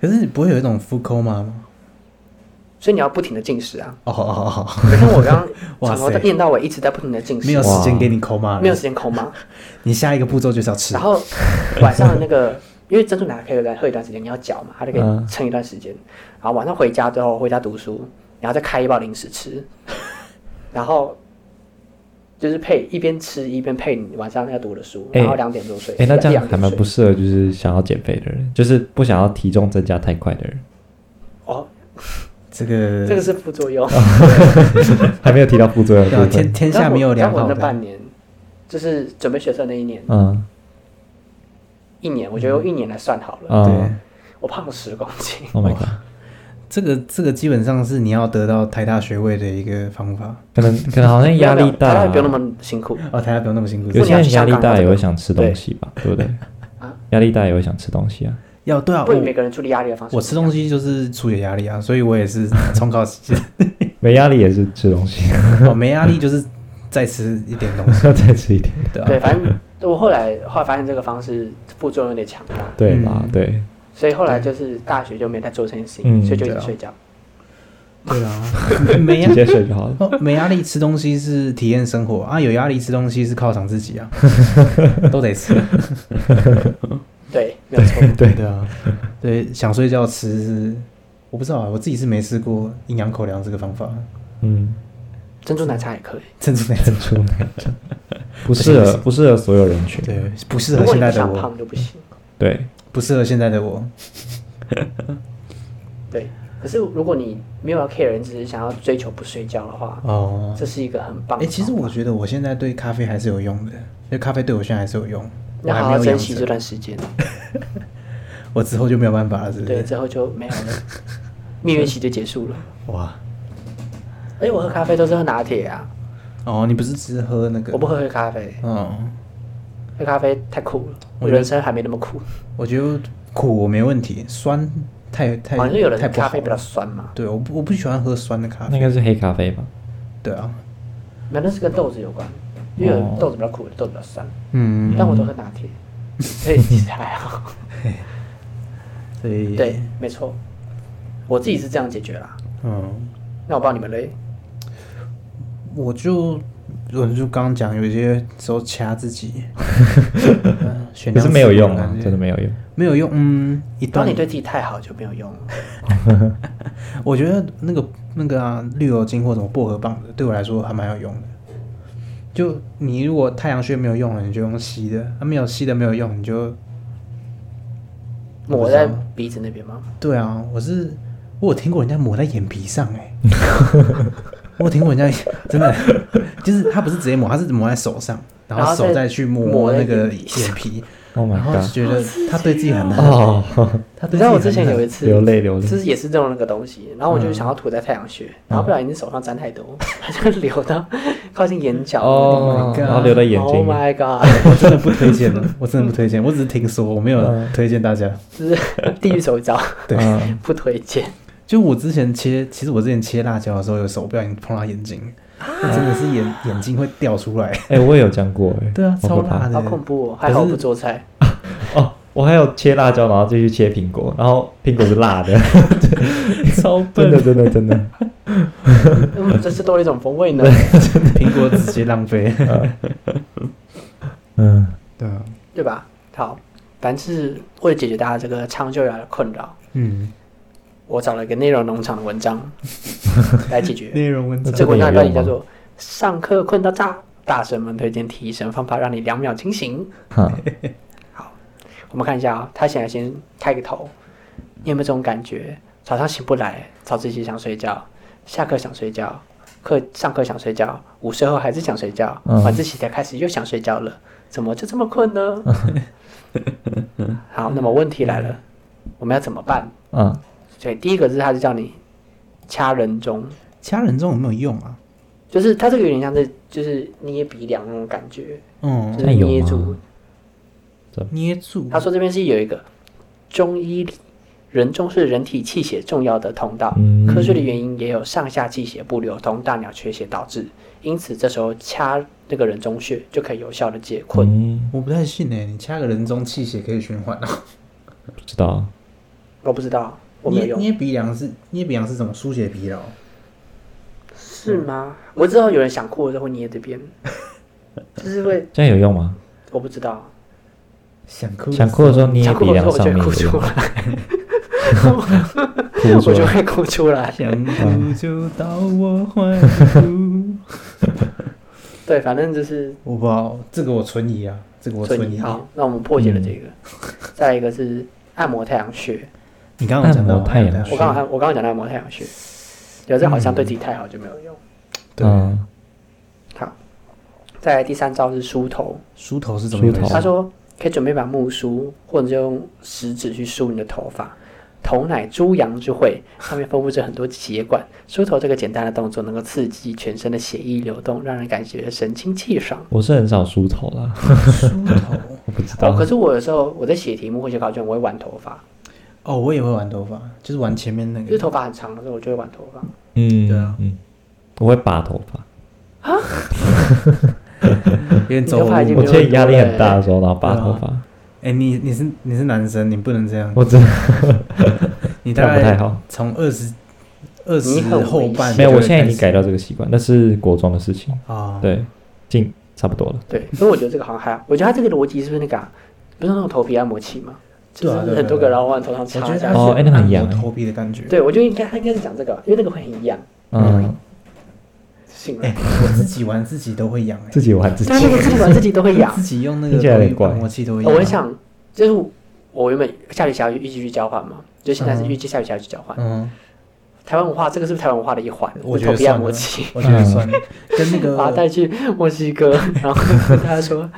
Speaker 2: 可是你不会有一种 food coma 吗？
Speaker 3: 所以你要不停的进食啊。
Speaker 2: 哦哦哦哦，
Speaker 3: 你看我刚刚
Speaker 2: 哇
Speaker 3: 从头
Speaker 2: 塞
Speaker 3: 念到尾一直在不停的进 食，
Speaker 2: 没有时间
Speaker 1: 哇
Speaker 2: 给你 coma，了
Speaker 3: 没有时，间抠吗？
Speaker 2: 你下一个步骤就是要吃
Speaker 3: 然，后晚上的那个， 因为珍珠奶可以来喝一段时间，你要搅嘛，它就可以
Speaker 1: 嗯
Speaker 3: 撑一段时间。然后晚上回家之 后，回家读书，然后再开一包零食吃，然后就是配一边吃一边配你晚上要读的书，
Speaker 1: 哎
Speaker 3: 然后两点多睡。
Speaker 1: 哎、那这
Speaker 3: 一
Speaker 1: 样
Speaker 3: 两
Speaker 1: 还
Speaker 3: 点
Speaker 1: 蛮
Speaker 3: 睡
Speaker 1: 不适合，就是想要减肥的人，就是不想要体重增加太快的人。
Speaker 3: 哦，
Speaker 2: 这个
Speaker 3: 这个是副作用。
Speaker 1: 哦还没有提到副作用
Speaker 2: 对啊
Speaker 1: 的部
Speaker 2: 天
Speaker 1: 分。
Speaker 2: 天 下没有良
Speaker 3: 但我
Speaker 2: 好
Speaker 3: 但我那
Speaker 2: 的
Speaker 3: 半，年，就是准备学测那一年，
Speaker 1: 嗯
Speaker 3: 一年我就用一年来算好了，
Speaker 2: 对
Speaker 1: 嗯，
Speaker 3: 我胖了十公斤。
Speaker 1: ，Oh my god，
Speaker 2: 这个这个基本上是你要得到台大学位的一个方法。
Speaker 1: 可能可能好像压力大、
Speaker 3: 台湾
Speaker 1: 啊
Speaker 3: 不，用那么辛苦。
Speaker 2: 哦，台大不用那么辛苦，
Speaker 1: 有
Speaker 3: 不
Speaker 1: 些
Speaker 3: 然
Speaker 1: 人
Speaker 3: 去
Speaker 1: 压
Speaker 3: 香
Speaker 1: 力
Speaker 3: 港
Speaker 1: 大
Speaker 3: 要
Speaker 1: 也
Speaker 3: 怎
Speaker 1: 会
Speaker 3: 么
Speaker 1: 想吃东西吧，对不对
Speaker 3: 啊？
Speaker 1: 压力大也会想吃东西啊。
Speaker 2: 要对啊，
Speaker 3: 不
Speaker 2: 我
Speaker 3: 然每个人处理压力的方式，
Speaker 2: 我吃东，西就是疏解压力啊，所以我也是重考期间，
Speaker 1: 没压力也是吃东西，啊
Speaker 2: 我没压力就是再吃一点东西，
Speaker 1: 再吃一点。
Speaker 2: 对啊，
Speaker 3: 对，反正 我后来后来发现这个方式副作用有点强大，
Speaker 1: 对啦，对，
Speaker 3: 所以后来就是大学就没再做这件事情，
Speaker 1: 嗯
Speaker 3: 所以就一
Speaker 2: 对
Speaker 3: 直
Speaker 2: 啊
Speaker 3: 睡觉。
Speaker 2: 对啊， 没压
Speaker 1: 直接睡就好了。
Speaker 2: 哦没压力吃东西是体验生活啊，有压力吃东西是犒赏自 己啊，都得吃，啊
Speaker 3: 对，没有错。
Speaker 1: 对，
Speaker 2: 对啊，对，想睡觉吃是，我不知道啊，我自己是没试过营养口粮这个方法，
Speaker 1: 嗯，
Speaker 3: 珍珠奶茶也可以，
Speaker 2: 珍珠奶
Speaker 1: 珍
Speaker 2: 茶，
Speaker 1: 珠奶茶不适合不适合所有人群。
Speaker 2: 对，不适
Speaker 3: 如
Speaker 2: 合
Speaker 3: 果
Speaker 2: 现
Speaker 3: 你
Speaker 2: 在
Speaker 3: 不
Speaker 2: 的
Speaker 3: 想
Speaker 2: 我，
Speaker 3: 胖就不行。
Speaker 1: 对，
Speaker 2: 不适合现在的我，
Speaker 3: 对，可是如果你没有要 care，你只是想要追求不睡觉的话，
Speaker 2: 哦
Speaker 3: 这，是一个很棒
Speaker 2: 哎、
Speaker 3: 的方法。
Speaker 2: 其实我觉得我现在对咖啡还是有用的，因为咖啡对我现在还是有用，我
Speaker 3: 要
Speaker 2: 还
Speaker 3: 好
Speaker 2: 没有
Speaker 3: 好
Speaker 2: 养
Speaker 3: 珍惜这
Speaker 2: 成，
Speaker 3: 段时间。
Speaker 2: 我之后就没有办法了，是不
Speaker 3: 对，
Speaker 2: 是？
Speaker 3: 之后就没有了，蜜月期就结束了。
Speaker 2: 哇，
Speaker 3: 而且我喝咖啡都是喝拿铁啊，
Speaker 2: 哦，你不是只喝那个？
Speaker 3: 我不喝黑咖啡，
Speaker 2: 哦，
Speaker 3: 黑咖啡太苦了，
Speaker 2: 我
Speaker 3: 我
Speaker 2: 觉得
Speaker 3: 人生还没那么苦。
Speaker 2: 我觉得苦我没问题，酸太太
Speaker 3: 好像有
Speaker 2: 太
Speaker 3: 人
Speaker 2: 不好
Speaker 3: 咖啡比较
Speaker 2: 了。
Speaker 3: 酸嘛，
Speaker 2: 对，我不我不喜欢喝酸的咖
Speaker 1: 那
Speaker 2: 啡。
Speaker 1: 应该是黑咖啡吧？
Speaker 2: 对啊，
Speaker 3: 没有那是跟豆子有关，因为有
Speaker 1: 哦
Speaker 3: 豆子比较苦，有豆子比较酸，
Speaker 2: 嗯，
Speaker 3: 但我都喝拿铁，
Speaker 1: 嗯
Speaker 3: 所以其实还 好。
Speaker 2: 所以
Speaker 3: 对，，没错，我自己是这样解决啦。
Speaker 2: 嗯，
Speaker 3: 那我不知道你们嘞，
Speaker 2: 我就我就刚刚讲，有些时候掐 自己，嗯选
Speaker 1: 可
Speaker 2: 量
Speaker 1: 是没有
Speaker 2: 适
Speaker 1: 用
Speaker 2: 量
Speaker 1: 啊
Speaker 2: 感，觉
Speaker 1: 真的没有用。
Speaker 2: 没有用。嗯，一
Speaker 3: 当
Speaker 2: 段
Speaker 3: 你对自己太好就没有 用了。
Speaker 2: 我觉得那个那个啊，绿油精或什么薄荷棒的，对我来说还蛮有用的。就你如果太阳穴没有用了，你就用吸的；啊，没有吸的没有用，你就
Speaker 3: 抹
Speaker 2: 我
Speaker 3: 在
Speaker 2: 知道
Speaker 3: 鼻子那边吗？
Speaker 2: 对啊。我是我有听过人家抹在眼皮上哎、我有听过人家真的就是他不是直接抹，他是抹在手上，然
Speaker 3: 然
Speaker 2: 后
Speaker 3: 后再
Speaker 2: 手再去
Speaker 3: 抹
Speaker 2: 摸
Speaker 3: 在
Speaker 2: 那个
Speaker 3: 眼皮上
Speaker 2: 眼皮，
Speaker 1: Oh
Speaker 2: 然
Speaker 1: my
Speaker 2: 后
Speaker 1: god！
Speaker 2: 觉得他对自己很好。
Speaker 1: 哦，
Speaker 2: 他
Speaker 3: 你
Speaker 2: 对
Speaker 3: 知道我
Speaker 2: 自
Speaker 3: 之
Speaker 2: 己
Speaker 3: 前
Speaker 2: 很
Speaker 3: 有一次
Speaker 1: 流泪流泪嗯
Speaker 3: 就是也是用那个东西，然后我就想要涂在太阳穴，然后不小心手上沾太多， 它就流到 靠近眼角。
Speaker 1: 哦
Speaker 2: Oh god，
Speaker 1: 然后流到眼
Speaker 3: Oh
Speaker 1: 睛里。
Speaker 3: my god！
Speaker 2: 我真的不推荐的，我真的不推荐，我只是听说，我没有
Speaker 1: 嗯
Speaker 2: 推荐大家。
Speaker 3: 就是地狱手 招，
Speaker 2: 对
Speaker 1: 嗯
Speaker 3: 不推荐。
Speaker 2: 就我之前切，其实我之前切辣椒的时候，有手不小心碰到眼睛，那真的是眼眼睛会掉出来。
Speaker 1: 哎、我也有讲过哎、
Speaker 2: 对啊，
Speaker 1: 好可
Speaker 2: 超
Speaker 1: 怕
Speaker 2: 辣的
Speaker 3: 好。恐怖哦！还好我不做菜，
Speaker 1: 哦，我还有切辣椒，然后继续切苹果，然后苹果是辣的，超真
Speaker 2: 笨
Speaker 1: 的真的真的，
Speaker 3: 嗯，这是多了一种风味呢。
Speaker 2: 苹果直接浪费。
Speaker 1: 嗯，
Speaker 2: 对啊，
Speaker 3: 对吧？好，凡是为了解决大家这个长久以来的困扰，
Speaker 2: 嗯，
Speaker 3: 我找了一个内容农场的文章来解 决。
Speaker 2: 内容文章
Speaker 1: 那
Speaker 3: 这
Speaker 1: 这个
Speaker 3: 个文章
Speaker 1: 有
Speaker 3: 标题
Speaker 1: 用
Speaker 3: 叫
Speaker 1: 吗
Speaker 3: 做“上课困到炸，大神们推荐提神方法，让你两秒清醒
Speaker 1: 哈，”。
Speaker 3: 我们看一下啊、他现在先开个头，你有没有这种感觉？早上醒不来，早自习想睡觉，下课想睡觉，课上课想睡觉，午睡后还是想睡觉，
Speaker 1: 嗯
Speaker 3: 晚自习才开始又想睡觉了，怎么就这么困呢？好，那么问题来了，我们要怎么办？
Speaker 1: 嗯，
Speaker 3: 所以第一个是他是叫你掐人中，
Speaker 2: 掐人中有没有用啊？
Speaker 3: 就是他这个有点像是就是捏鼻梁那种感觉，就
Speaker 2: 嗯，
Speaker 3: 是
Speaker 1: 那有
Speaker 3: 捏
Speaker 1: 吗
Speaker 3: 住。
Speaker 2: 捏住。
Speaker 3: 他说这边是有一个中医里，人中是人体气血重要的通道，
Speaker 1: 嗯
Speaker 3: 瞌睡的原因也有上下气血不流通、大脑缺血导致，因此这时候掐那个人中穴就可以有效的解困。
Speaker 1: 嗯，
Speaker 2: 我不太信诶、你掐个人中，气血可以循环 啊。
Speaker 1: 不知道，
Speaker 3: 我不知道，我没有
Speaker 2: 捏
Speaker 3: 用，
Speaker 2: 捏鼻梁是捏鼻梁是什么？疏解疲劳。
Speaker 3: 是吗？我知道有人想哭的时候会捏这边， 就是会，
Speaker 1: 这样有用吗？
Speaker 3: 我不知道，
Speaker 2: 想哭，
Speaker 1: 想哭的时候捏
Speaker 3: 想哭
Speaker 1: 鼻
Speaker 3: 的时
Speaker 1: 梁
Speaker 3: 候我就
Speaker 1: 上
Speaker 3: 会
Speaker 1: 面
Speaker 3: 哭
Speaker 1: 有
Speaker 3: 出
Speaker 1: 用吗，
Speaker 3: 来，
Speaker 1: 哭出
Speaker 3: 我就
Speaker 1: 来，
Speaker 3: 会 哭出来。
Speaker 2: 想哭就到我怀里哭。
Speaker 3: 对，反正就是
Speaker 2: 我不知道这个我存疑啊，这个我
Speaker 3: 所以
Speaker 2: 存
Speaker 3: 你
Speaker 2: 疑。
Speaker 3: 好，那我们破解
Speaker 1: 嗯
Speaker 3: 了这个。再来一个是按摩太阳穴，
Speaker 2: 你刚刚有讲到
Speaker 1: 按摩太阳穴
Speaker 3: 我刚好我刚刚讲到按摩太阳穴，有这好像对自己太好就没有用。
Speaker 2: 对
Speaker 1: 嗯
Speaker 3: 好，再来第三招是梳头，
Speaker 2: 梳头是怎么回
Speaker 1: 梳头
Speaker 3: 他
Speaker 2: 事？
Speaker 3: 说可以准备把木梳，或者就用食指去梳你的头发。头乃猪羊之会，上面分布着很多血管。梳头这个简单的动作能够刺激全身的血液流动，让人感觉神清气爽。
Speaker 1: 我是很少梳头啦，
Speaker 2: 梳头
Speaker 1: 我不知道。
Speaker 3: 哦，可是我有时候我在写题目或写考卷，我会玩头发，
Speaker 2: 哦，我也会玩头发，就是玩前面那
Speaker 3: 就是
Speaker 2: 个。
Speaker 3: 头发很长的时候，我就会玩头发。
Speaker 1: 嗯，
Speaker 2: 对啊
Speaker 1: 嗯，我会拔头发。
Speaker 2: 别人
Speaker 3: 你
Speaker 2: 走
Speaker 3: 头
Speaker 2: 我
Speaker 3: 发已经
Speaker 2: 路
Speaker 1: 我
Speaker 3: 没
Speaker 1: 之
Speaker 3: 有
Speaker 1: 前压力很大的时候，然后拔头发，
Speaker 2: 哎、你你是你是男生，你不能这样。
Speaker 1: 我真的
Speaker 2: 你
Speaker 1: 这
Speaker 2: 大
Speaker 1: 样不太
Speaker 2: 概
Speaker 1: 好。
Speaker 2: 从二十二十
Speaker 3: 你很危
Speaker 2: 后半就会开
Speaker 3: 险
Speaker 2: 始，
Speaker 1: 没有，我现在已经改掉这个习惯，那是国中的事情。
Speaker 2: 啊。，
Speaker 1: 对，近差不多了。
Speaker 3: 对，所以我觉得这个好像还好，我觉得他这个逻辑是不是那个、啊，不是那种头皮按摩器吗？就
Speaker 2: 对
Speaker 3: 是
Speaker 2: 啊对啊
Speaker 3: 很多
Speaker 2: 对
Speaker 3: 个
Speaker 2: 啊
Speaker 3: 然后往你头上
Speaker 2: 我觉
Speaker 3: 插
Speaker 2: 得它
Speaker 3: 一下
Speaker 2: 是
Speaker 1: 哦哎那个很
Speaker 2: 按摩
Speaker 1: 痒哎
Speaker 2: 头皮的感觉。
Speaker 3: 对，我觉得应该他应该是讲这个，因为那个会很痒，
Speaker 1: 嗯，
Speaker 3: 醒
Speaker 2: 哎、
Speaker 3: 了。
Speaker 2: 我自己玩自己都会痒、哎
Speaker 1: 自己玩自己
Speaker 3: 但。那个自己玩自己都会痒
Speaker 2: 自。己用那个
Speaker 1: 听起来有点怪
Speaker 2: 按摩器都会
Speaker 3: 哦我
Speaker 2: 痒。啊
Speaker 3: 很，想，就是我原本下雨小雨预计去交换嘛，就现在是预计下雨小雨去交换。
Speaker 2: 嗯，
Speaker 3: 台湾文化这个是不是台湾文化的一环？
Speaker 2: 我
Speaker 3: 就
Speaker 2: 觉得
Speaker 3: 头皮按
Speaker 2: 算了
Speaker 3: 摩
Speaker 2: 呃
Speaker 3: 器，，
Speaker 2: 我觉
Speaker 1: 嗯
Speaker 2: 得算了，跟那
Speaker 3: 把它
Speaker 2: 个
Speaker 3: 带去墨 西哥，然后跟大家说，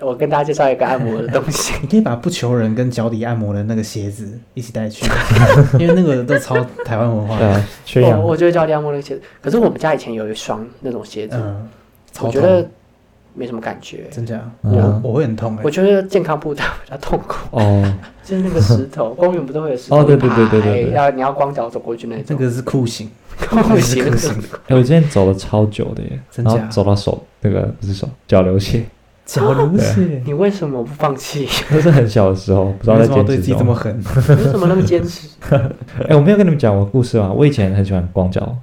Speaker 3: 我跟大家介绍一个按摩的东西。
Speaker 2: 你可以把不求人跟脚底按摩的那个鞋子一起带去， 因为那个都超台湾文化
Speaker 1: 对。啊，缺
Speaker 3: 我
Speaker 1: 氧。
Speaker 3: 哦我就会叫你按摩那个鞋子，可是我们家以前有一双那种鞋子，
Speaker 1: 啊
Speaker 2: 嗯，超
Speaker 3: 我觉
Speaker 2: 痛
Speaker 3: 得没什么感觉。
Speaker 2: 真假，
Speaker 1: 嗯
Speaker 2: 我我会很痛哎
Speaker 3: 我。觉得健康步道比较痛苦，
Speaker 1: 哦，
Speaker 3: 就是那个石 头，公园不都会有石头
Speaker 1: 哦
Speaker 3: 一
Speaker 1: 对
Speaker 3: 排？
Speaker 1: 对对对对对
Speaker 3: 要你要光脚走过去那
Speaker 2: 那
Speaker 3: 种，
Speaker 2: 个是酷刑，
Speaker 3: 不行，
Speaker 2: 那个是
Speaker 1: 哎，我之前走了超久的耶，
Speaker 2: 真
Speaker 1: 然
Speaker 2: 假
Speaker 1: 后走到手那个不是手，脚流血，
Speaker 2: 脚流血，
Speaker 3: 你为什么不放 弃？
Speaker 1: 那是很小的时候，啊不知道
Speaker 2: 为
Speaker 1: 在
Speaker 2: 什么要
Speaker 1: 坚
Speaker 2: 对
Speaker 1: 持
Speaker 2: 自己
Speaker 1: 什
Speaker 2: 这么狠？
Speaker 3: 你为什么那么坚持？
Speaker 1: 哎，我没有跟你们讲我的故事吗？啊我以前很喜欢光脚，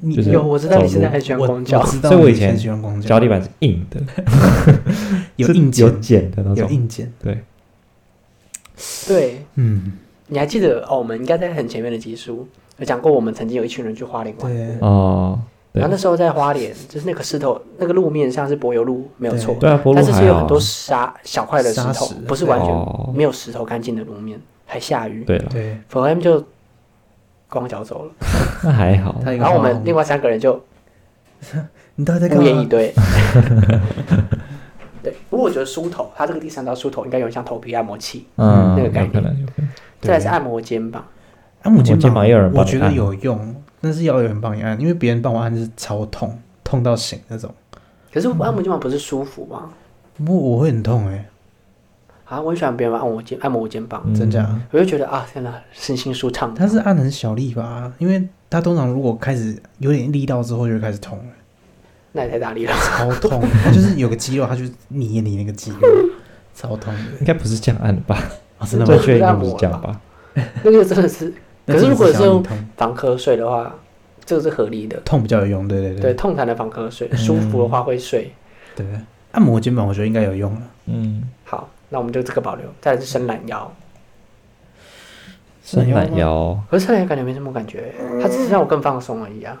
Speaker 2: 你
Speaker 1: 就是
Speaker 3: 有，我知道你
Speaker 1: 走路
Speaker 3: 现在很喜欢
Speaker 2: 我
Speaker 3: 光脚
Speaker 2: 我，知道，
Speaker 1: 所以我以
Speaker 2: 前
Speaker 1: 前
Speaker 2: 喜欢光脚，
Speaker 1: 脚底板是硬的，
Speaker 2: 嗯有
Speaker 1: 是
Speaker 2: 硬
Speaker 1: 有
Speaker 2: 茧，
Speaker 1: 茧的那
Speaker 2: 有
Speaker 1: 种。
Speaker 2: 硬茧。
Speaker 1: 对，
Speaker 3: 对，
Speaker 2: 嗯，
Speaker 3: 你还记得哦？我们应该在很前面的集数有讲过，我们曾经有一群人去花莲玩，
Speaker 2: 对，
Speaker 1: 哦，对
Speaker 3: 然啊后那时候在花莲，就是那个石头，那个路面上是柏油路，没有错，
Speaker 1: 对啊，柏路
Speaker 3: 但是是
Speaker 1: 还
Speaker 3: 有
Speaker 1: 好
Speaker 3: 很
Speaker 1: 啊。
Speaker 3: 多沙小块的石
Speaker 2: 沙
Speaker 3: 头，
Speaker 2: 石
Speaker 3: 不是
Speaker 2: 对
Speaker 3: 完
Speaker 1: 哦
Speaker 3: 全没有石头干净的路面，还下雨，
Speaker 1: 对了，
Speaker 2: 对，
Speaker 3: 否则他们就光脚走了。
Speaker 1: 那还好。
Speaker 2: 他一个哦
Speaker 3: 然后我
Speaker 2: 花
Speaker 3: 们
Speaker 2: 红
Speaker 3: 另外三个人就
Speaker 2: 你到底在干
Speaker 3: 无言以
Speaker 2: 嘛？
Speaker 3: 对。对，不过我觉得梳头，它这个第三招梳头应该有点像头皮按摩器，
Speaker 1: 嗯，
Speaker 3: 那个概
Speaker 1: 有可
Speaker 3: 念。
Speaker 1: 能有可能。
Speaker 3: 再来是按摩肩膀，
Speaker 2: 按摩肩
Speaker 1: 我肩膀也有人帮
Speaker 2: 我
Speaker 1: 你
Speaker 2: 觉得
Speaker 1: 按
Speaker 2: 有用，但是要有人帮你按，因为别人帮我按是超痛，痛到醒那种。
Speaker 3: 可是按摩肩膀不是舒服吗？
Speaker 2: 我我会很痛哎，
Speaker 3: 啊，我很喜欢别人按摩肩按摩我肩膀，
Speaker 1: 嗯
Speaker 2: 真假？
Speaker 3: 我就觉得啊，天哪，身心舒畅。
Speaker 2: 他是按很小力吧？因为他通常如果开始有点力道之后，就会开始痛了，
Speaker 3: 那也太大力了，
Speaker 2: 超痛。他就是有个肌肉，他就捏你那个肌肉，超痛的。
Speaker 1: 应该不是这样按的吧？
Speaker 2: 啊，真的
Speaker 1: 正
Speaker 2: 吗？
Speaker 1: 确应该不是这样吧？
Speaker 3: 那个真的是。
Speaker 2: 那
Speaker 3: 可是如果
Speaker 2: 真的小
Speaker 3: 是
Speaker 2: 力
Speaker 3: 用
Speaker 2: 痛
Speaker 3: 防瞌睡的话，这个是合理的。
Speaker 2: 痛比较有用，对对
Speaker 3: 对，
Speaker 2: 对
Speaker 3: 痛才能防瞌睡，舒服的话会睡。
Speaker 2: 对。按摩肩膀，我觉得应该有用了。
Speaker 1: 嗯，
Speaker 3: 好，那我们就这个保留。再来是伸懒腰，
Speaker 1: 伸
Speaker 2: 懒
Speaker 1: 懒腰，
Speaker 3: 可是伸懒腰感觉没什么感觉，
Speaker 1: 嗯
Speaker 3: 它只是让我更放松而已啊。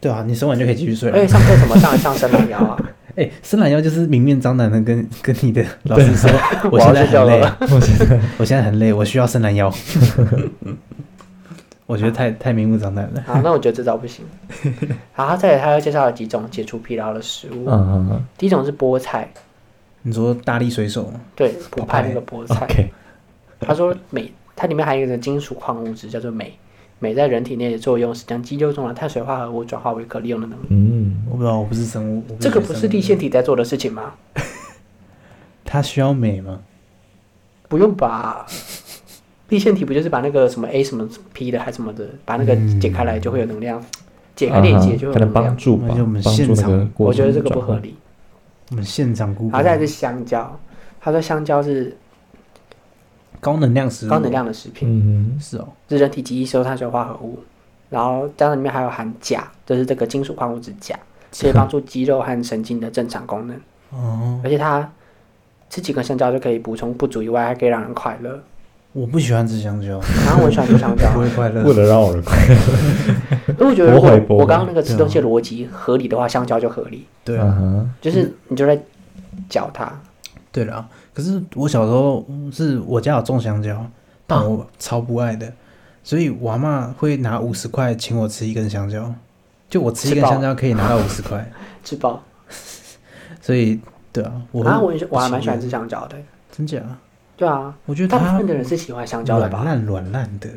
Speaker 2: 对啊，你伸完就可以继续睡
Speaker 3: 而
Speaker 2: 了。
Speaker 3: 且上课怎么上一上伸懒腰啊？
Speaker 2: 哎、伸懒腰就是明面张胆的跟跟你的老师说， 我现在很
Speaker 3: 我要睡觉
Speaker 2: 累
Speaker 3: 了，
Speaker 2: 我现在我现在很累，我需要伸懒 腰。我觉得太太明目张胆了。
Speaker 3: 好，啊那我觉得这招 不行。好，他再来他又介绍了几种解除疲劳的食物
Speaker 1: 嗯。嗯嗯
Speaker 3: 第一种是菠菜，
Speaker 2: 你说大力水手吗？
Speaker 3: 对，不怕那个菠菜。
Speaker 1: ，OK，
Speaker 3: 他说镁，它里面含有一个金属矿物质叫做镁，镁在人体内的作用是将肌肉中的碳水化合物转化为可利用的能力。
Speaker 1: 嗯，
Speaker 2: 我不知道，我不是生物。我
Speaker 3: 这个不
Speaker 2: 学
Speaker 3: 是
Speaker 2: 生物
Speaker 3: 立，腺体在做的事情吗？
Speaker 2: 它需要美吗？
Speaker 3: 不 用把立腺体不就是把那个什么 A 什么 P 的还什么的，把那个
Speaker 2: 嗯
Speaker 3: 解开来就会有能量，解开链接就
Speaker 1: 啊可
Speaker 3: 会有
Speaker 1: 能
Speaker 3: 能
Speaker 1: 帮
Speaker 3: 量。
Speaker 1: 助吧
Speaker 2: 那就我们，
Speaker 1: 帮助
Speaker 2: 现
Speaker 1: 那
Speaker 2: 场
Speaker 1: 个过
Speaker 3: 我觉得
Speaker 1: 程
Speaker 3: 这个不
Speaker 1: 转
Speaker 3: 合
Speaker 1: 换。
Speaker 3: 理。
Speaker 2: 我们现场估。
Speaker 3: 然后再来是香蕉，他说香蕉是
Speaker 2: 高能量食物，
Speaker 3: 高能量的食品，
Speaker 1: 嗯
Speaker 2: 是哦，
Speaker 3: 是人体极易吸收碳水化合物，然后当然里面还有含钾，就是这个金属矿物质钾，可以帮助肌肉和神经的正常功能。
Speaker 2: 哦，
Speaker 3: 而且它吃几根香蕉就可以补充不足以外，还可以让人快乐。
Speaker 2: 我不喜欢吃香蕉，
Speaker 3: 然后我很喜欢吃香蕉，
Speaker 2: 不会快乐
Speaker 1: 哼，为。了让我的快
Speaker 3: 因为我觉得如果
Speaker 1: 驳回驳回
Speaker 3: 我刚刚那个吃东西的逻辑合理的话，香蕉就合理，
Speaker 1: 嗯
Speaker 2: 对啊，
Speaker 1: 哼，
Speaker 3: 就是你就在嚼它。
Speaker 2: 对了啊，可是我小时候嗯是我家有种香蕉，但
Speaker 3: 嗯
Speaker 2: 我超不爱的，所以我阿妈会拿五十块请我吃一根香蕉，就我吃一根
Speaker 3: 吃饱
Speaker 2: 香蕉可以拿到五十 块，
Speaker 3: 吃爆
Speaker 2: 所以对啊，我
Speaker 3: 啊！
Speaker 2: 会
Speaker 3: 我也是我还蛮喜欢
Speaker 2: 不
Speaker 3: 吃香蕉的，
Speaker 2: 真假？
Speaker 3: 对啊，
Speaker 2: 我觉得
Speaker 3: 大部
Speaker 2: 它
Speaker 3: 分的人是喜欢香蕉的
Speaker 2: 软
Speaker 3: 吧？
Speaker 2: 烂软烂的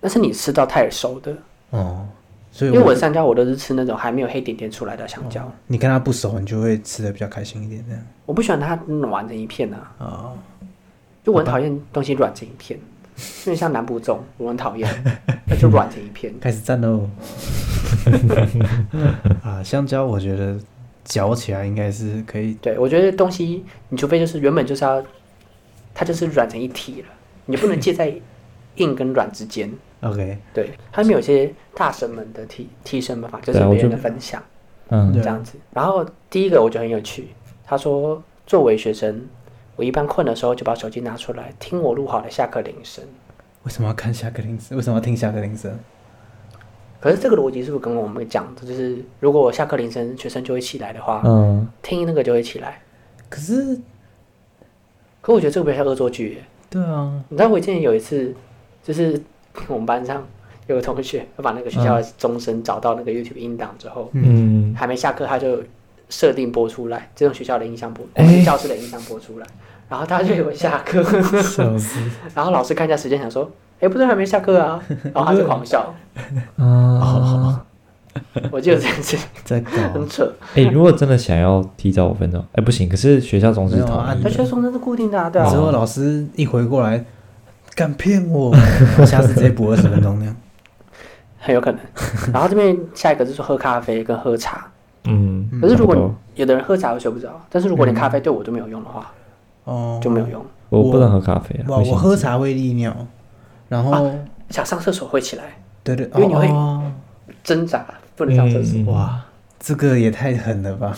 Speaker 3: 但是你吃到太熟的，
Speaker 2: 哦，所以
Speaker 3: 因为我香蕉我都是吃那种还没有黑点点出来的香蕉，
Speaker 2: 你跟它不熟，你就会吃的比较开心一点这样
Speaker 3: 我不喜欢它软成一片啊，
Speaker 2: 啊。
Speaker 3: 就我很讨厌东西软成一片，因为像南部粽我很讨厌，那就软成一片。
Speaker 2: 开始战 喽！啊，香蕉我觉得嚼起来应该是可以，
Speaker 3: 对，我觉得东西，你除非就是原本就是要，它就是软成一体了，你不能介在硬跟软之间。
Speaker 2: OK，
Speaker 3: 对，他们有些大神们的提提升方法，就是
Speaker 1: 对啊我
Speaker 3: 别人
Speaker 1: 觉
Speaker 3: 的
Speaker 1: 得
Speaker 3: 分享
Speaker 1: 嗯
Speaker 2: 对
Speaker 3: 这样子。然后第一个我觉得很有趣，他说作为学生，我一般困的时候就把手机拿出来听我录好的下课铃声。
Speaker 2: 为什么要看下课铃声？为什么要听下课铃声？
Speaker 3: 可是这个逻辑是不是跟我们讲的，就是如果我下课铃声学生就会起来的话，
Speaker 1: 嗯，
Speaker 3: 听那个就会起来？
Speaker 2: 可是，
Speaker 3: 可我觉得这个比较像恶作剧耶。
Speaker 2: 对啊，
Speaker 3: 你知道我之前有一次，就是我们班上有个同学，他把那个学校的钟声找到那个 YouTube 音档之后，
Speaker 1: 嗯，
Speaker 3: 还没下课他就设定播出来，这种学校的音箱播，
Speaker 1: 哎
Speaker 3: 教室的音箱播出来，然后他就有下课，
Speaker 2: 笑死！
Speaker 3: 然后老师看一下时间，想说，哎，不是还没下课 啊，然后他就狂笑，
Speaker 1: 啊，
Speaker 3: 我记得这件事
Speaker 2: 在搞
Speaker 3: 很扯，
Speaker 1: 哎，如果真的想要提早五分钟，哎，不行，可是学校总是
Speaker 2: 没有啊
Speaker 1: 同
Speaker 2: 按
Speaker 1: 意
Speaker 3: 他学生那是固定的啊， 对
Speaker 2: 之
Speaker 3: 啊，
Speaker 2: 后老师一回过来，敢骗 我，下次直接补二十分钟那样。
Speaker 3: 很有可能。然后这边下一个就是喝咖啡跟喝茶，
Speaker 1: 嗯，
Speaker 3: 可是如果
Speaker 1: 差不多嗯
Speaker 3: 你有的人喝茶会睡不着，但是如果连咖啡对我都没有用的话，
Speaker 2: 哦，
Speaker 3: 就没有用。
Speaker 1: 我不能喝咖啡啊，
Speaker 2: 哇，
Speaker 1: 会心
Speaker 2: 我喝
Speaker 1: 悸
Speaker 2: 茶会利尿，然后、
Speaker 3: 想上厕所会起来
Speaker 2: 对对，
Speaker 3: 啊因为你会
Speaker 2: 哦
Speaker 3: 挣扎，不能上厕所。啊
Speaker 1: 嗯
Speaker 2: 哇，这个也太狠了吧！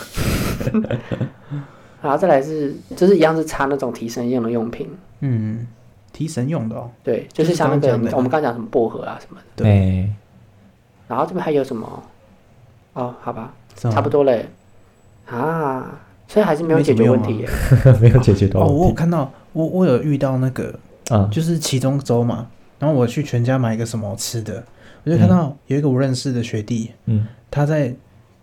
Speaker 3: 然后再来是，就是一样是擦那种提神用的用品，
Speaker 2: 嗯，提神用的哦。
Speaker 3: 对，就是像那
Speaker 2: 就是
Speaker 3: 个
Speaker 2: 刚刚讲的
Speaker 3: 我们刚讲什么薄荷啊什么的。
Speaker 2: 对
Speaker 1: 哎，
Speaker 3: 然后这边还有什么？哦，好吧，
Speaker 2: 是吗
Speaker 3: 差不多嘞。啊，所以还是没有解决问题耶。
Speaker 1: 没有解决到
Speaker 2: 哦，我有
Speaker 1: 问题
Speaker 2: 看到，我我有遇到那个，
Speaker 1: 啊，
Speaker 2: 就是期中周嘛，然后我去全家买一个什么吃的，我就看
Speaker 3: 嗯
Speaker 2: 到有一个我认识的学弟，
Speaker 1: 嗯，
Speaker 2: 他在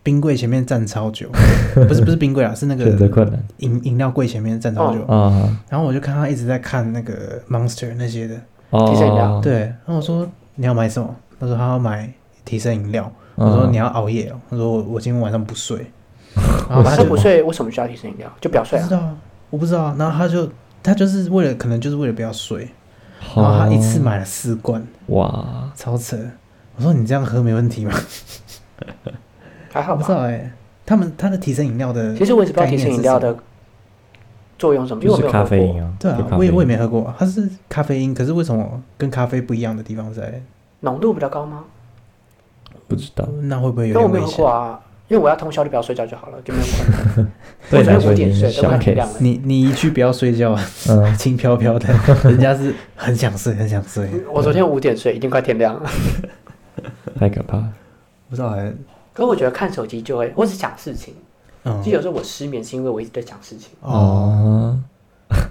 Speaker 2: 冰柜前面站超 久，不是不是冰柜啊，是那哦
Speaker 1: 选择
Speaker 2: 个
Speaker 1: 困难
Speaker 2: 饮饮料柜前面站超久，
Speaker 1: 啊，
Speaker 2: 然后我就看他一直在看那个 Monster 那些的，
Speaker 1: 哦，
Speaker 3: 提神饮料
Speaker 2: 对，然后我说你要买什么？他说他要买提神饮料，
Speaker 1: 嗯
Speaker 2: 我说你要熬夜哦，他说我我今天晚上不睡，然后
Speaker 3: 我
Speaker 2: 他
Speaker 3: 说
Speaker 2: 就
Speaker 3: 不睡，为什么需要提神饮料？就表睡
Speaker 2: 不
Speaker 3: 啊
Speaker 2: 知。道啊，我不知道啊。然后他就他就是为了可能就是为了不要睡，
Speaker 1: 好
Speaker 2: 然后他一次买了四罐，
Speaker 1: 哦哇，
Speaker 2: 超扯。我说你这样喝没问题吗？
Speaker 3: 还好
Speaker 2: 我不知
Speaker 3: 吧。
Speaker 2: 道哎、他们他的提神饮料的，
Speaker 3: 其实我也是不知道提神饮料的作用是什么，因为
Speaker 1: 就
Speaker 3: 我没
Speaker 1: 是
Speaker 3: 有
Speaker 1: 咖
Speaker 3: 喝
Speaker 1: 啡因
Speaker 3: 过。
Speaker 1: 啊，
Speaker 2: 对
Speaker 1: 就
Speaker 2: 啊
Speaker 1: 咖，
Speaker 2: 我
Speaker 1: 啡
Speaker 2: 也
Speaker 1: 因
Speaker 2: 我也没喝过，它是咖啡因，可是为什么跟咖啡不一样的地方在？
Speaker 3: 浓度比较高吗？
Speaker 1: 不知道，
Speaker 2: 那会不会有
Speaker 3: 因为我
Speaker 2: 点危
Speaker 3: 没有喝
Speaker 2: 险
Speaker 3: 过？啊，因为我要通宵就不要睡觉就好了，就没有困。
Speaker 1: 对
Speaker 3: 我
Speaker 1: 你
Speaker 3: 觉
Speaker 1: 来
Speaker 3: 得
Speaker 1: 说
Speaker 3: 五
Speaker 1: 已经
Speaker 3: 点睡
Speaker 1: 是
Speaker 3: 都
Speaker 1: 小
Speaker 3: 快体
Speaker 1: case
Speaker 3: 亮了。
Speaker 2: 你你一去不要睡觉啊，
Speaker 1: 嗯，
Speaker 2: 轻飘 飘的，人家是很想睡，很想睡。
Speaker 3: 我昨天五点睡，已经快天亮了。
Speaker 1: 太可怕了，
Speaker 2: 不知道哎、
Speaker 3: 可我觉得看手机就会，或是想事情。
Speaker 2: 嗯
Speaker 3: 其实有时候我失眠是因为我一直在想事情，
Speaker 2: 哦，
Speaker 1: 哦，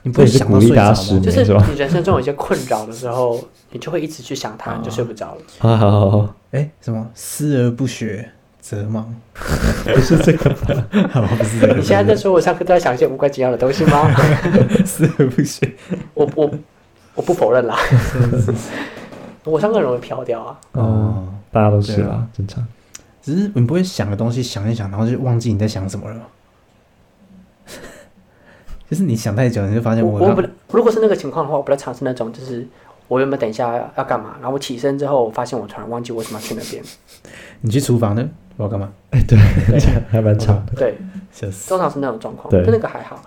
Speaker 2: 你不
Speaker 1: 所
Speaker 2: 会
Speaker 1: 以是
Speaker 2: 想到
Speaker 1: 鼓励
Speaker 2: 睡
Speaker 1: 大家
Speaker 2: 着吗
Speaker 1: 失眠
Speaker 3: 就
Speaker 1: 没
Speaker 3: 是
Speaker 1: 错
Speaker 3: 你人生中有一些困扰的时候，你就会一直去想它，
Speaker 1: 哦
Speaker 3: 你就睡不着了。
Speaker 1: 啊好好好好，
Speaker 2: 哎，什么思而不学则罔？
Speaker 1: 不是这个吧，
Speaker 2: 好，不是这个
Speaker 3: 你现在在说我上课都在想一些无关紧要的东西吗？
Speaker 2: 思而不学。
Speaker 3: 我我我不否认 啦，我上课很容易飘掉啊。
Speaker 1: 哦，大家都是
Speaker 2: 对
Speaker 1: 啦
Speaker 2: 啊，
Speaker 1: 正常，
Speaker 2: 只是你不会想的东西想一想，然后就忘记你在想什么了。 就是你想太久，你就发现
Speaker 1: 哎
Speaker 3: 我
Speaker 2: 我
Speaker 3: 我不如果是那个情况的话，我不太尝试那种就是。我原本等一下要干嘛，然后我起身之后，我发现我突然忘记为什么要去那边。
Speaker 2: 你去厨房呢，我要干嘛？
Speaker 1: 还蛮 长的，
Speaker 3: 对，
Speaker 2: 笑死！
Speaker 3: 通常是那种状况，
Speaker 1: 对哦
Speaker 3: 但那个还好。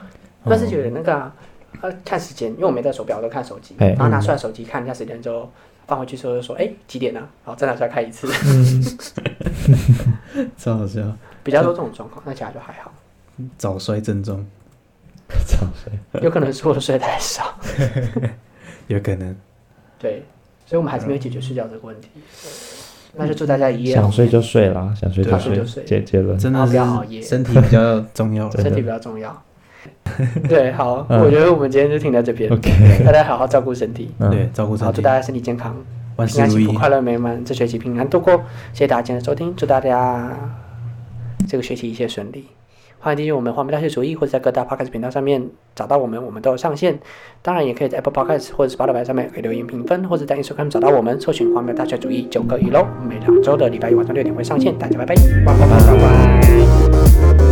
Speaker 3: 但是有点那个啊，呃，看时间，因为我没带手表，我都看手机，
Speaker 1: 哎
Speaker 3: 然后拿出来手机看一下时间之后，放回去之后就说，哎，几点啊？然后再拿出来看一次，
Speaker 2: 超好笑，
Speaker 3: 比较多这种状况，那其他就还好。
Speaker 2: 早衰症状
Speaker 1: 长睡，
Speaker 3: 有可能是我睡得太 少，
Speaker 2: 有可能。
Speaker 3: 嗯对，所以我们还是没有解决睡觉这个问题。那就祝大家一夜
Speaker 1: 嗯
Speaker 3: 好
Speaker 1: 想睡就睡啦，想睡
Speaker 2: 对
Speaker 1: 就
Speaker 2: 啊
Speaker 1: 睡
Speaker 3: 就，睡
Speaker 1: 结结论。
Speaker 2: 真
Speaker 3: 然
Speaker 2: 的
Speaker 3: 后不要熬夜
Speaker 2: 是身体比较重 要。
Speaker 1: 真的
Speaker 3: 哦身体比较 重要。对，好，
Speaker 1: 嗯
Speaker 3: 我觉得我们今天就停在这边，
Speaker 1: OK，
Speaker 3: 大家好好照顾身体，
Speaker 2: 对
Speaker 1: 嗯，，
Speaker 2: 照顾
Speaker 3: 然后
Speaker 2: 身
Speaker 3: 祝
Speaker 2: 体
Speaker 3: 大，家身体健康，
Speaker 2: 万
Speaker 3: 平
Speaker 2: 事
Speaker 3: 安、
Speaker 2: 如
Speaker 3: 幸福、
Speaker 2: 意。
Speaker 3: 快乐、美满，这学期平安度过。谢谢大家今天的收听，祝大家这个学期一切顺利。欢迎订阅我们华明大学主义，或者在各大 podcast 频道上面找到我们，我们都有上线。当然，也可以在 Apple Podcast 或者 Spotify 上面给留言评分，或者在 Instagram 找到我们，搜寻“华明大学主义”九个一喽。每两周的礼拜一晚上六点会上线，大家拜拜，拜拜拜拜。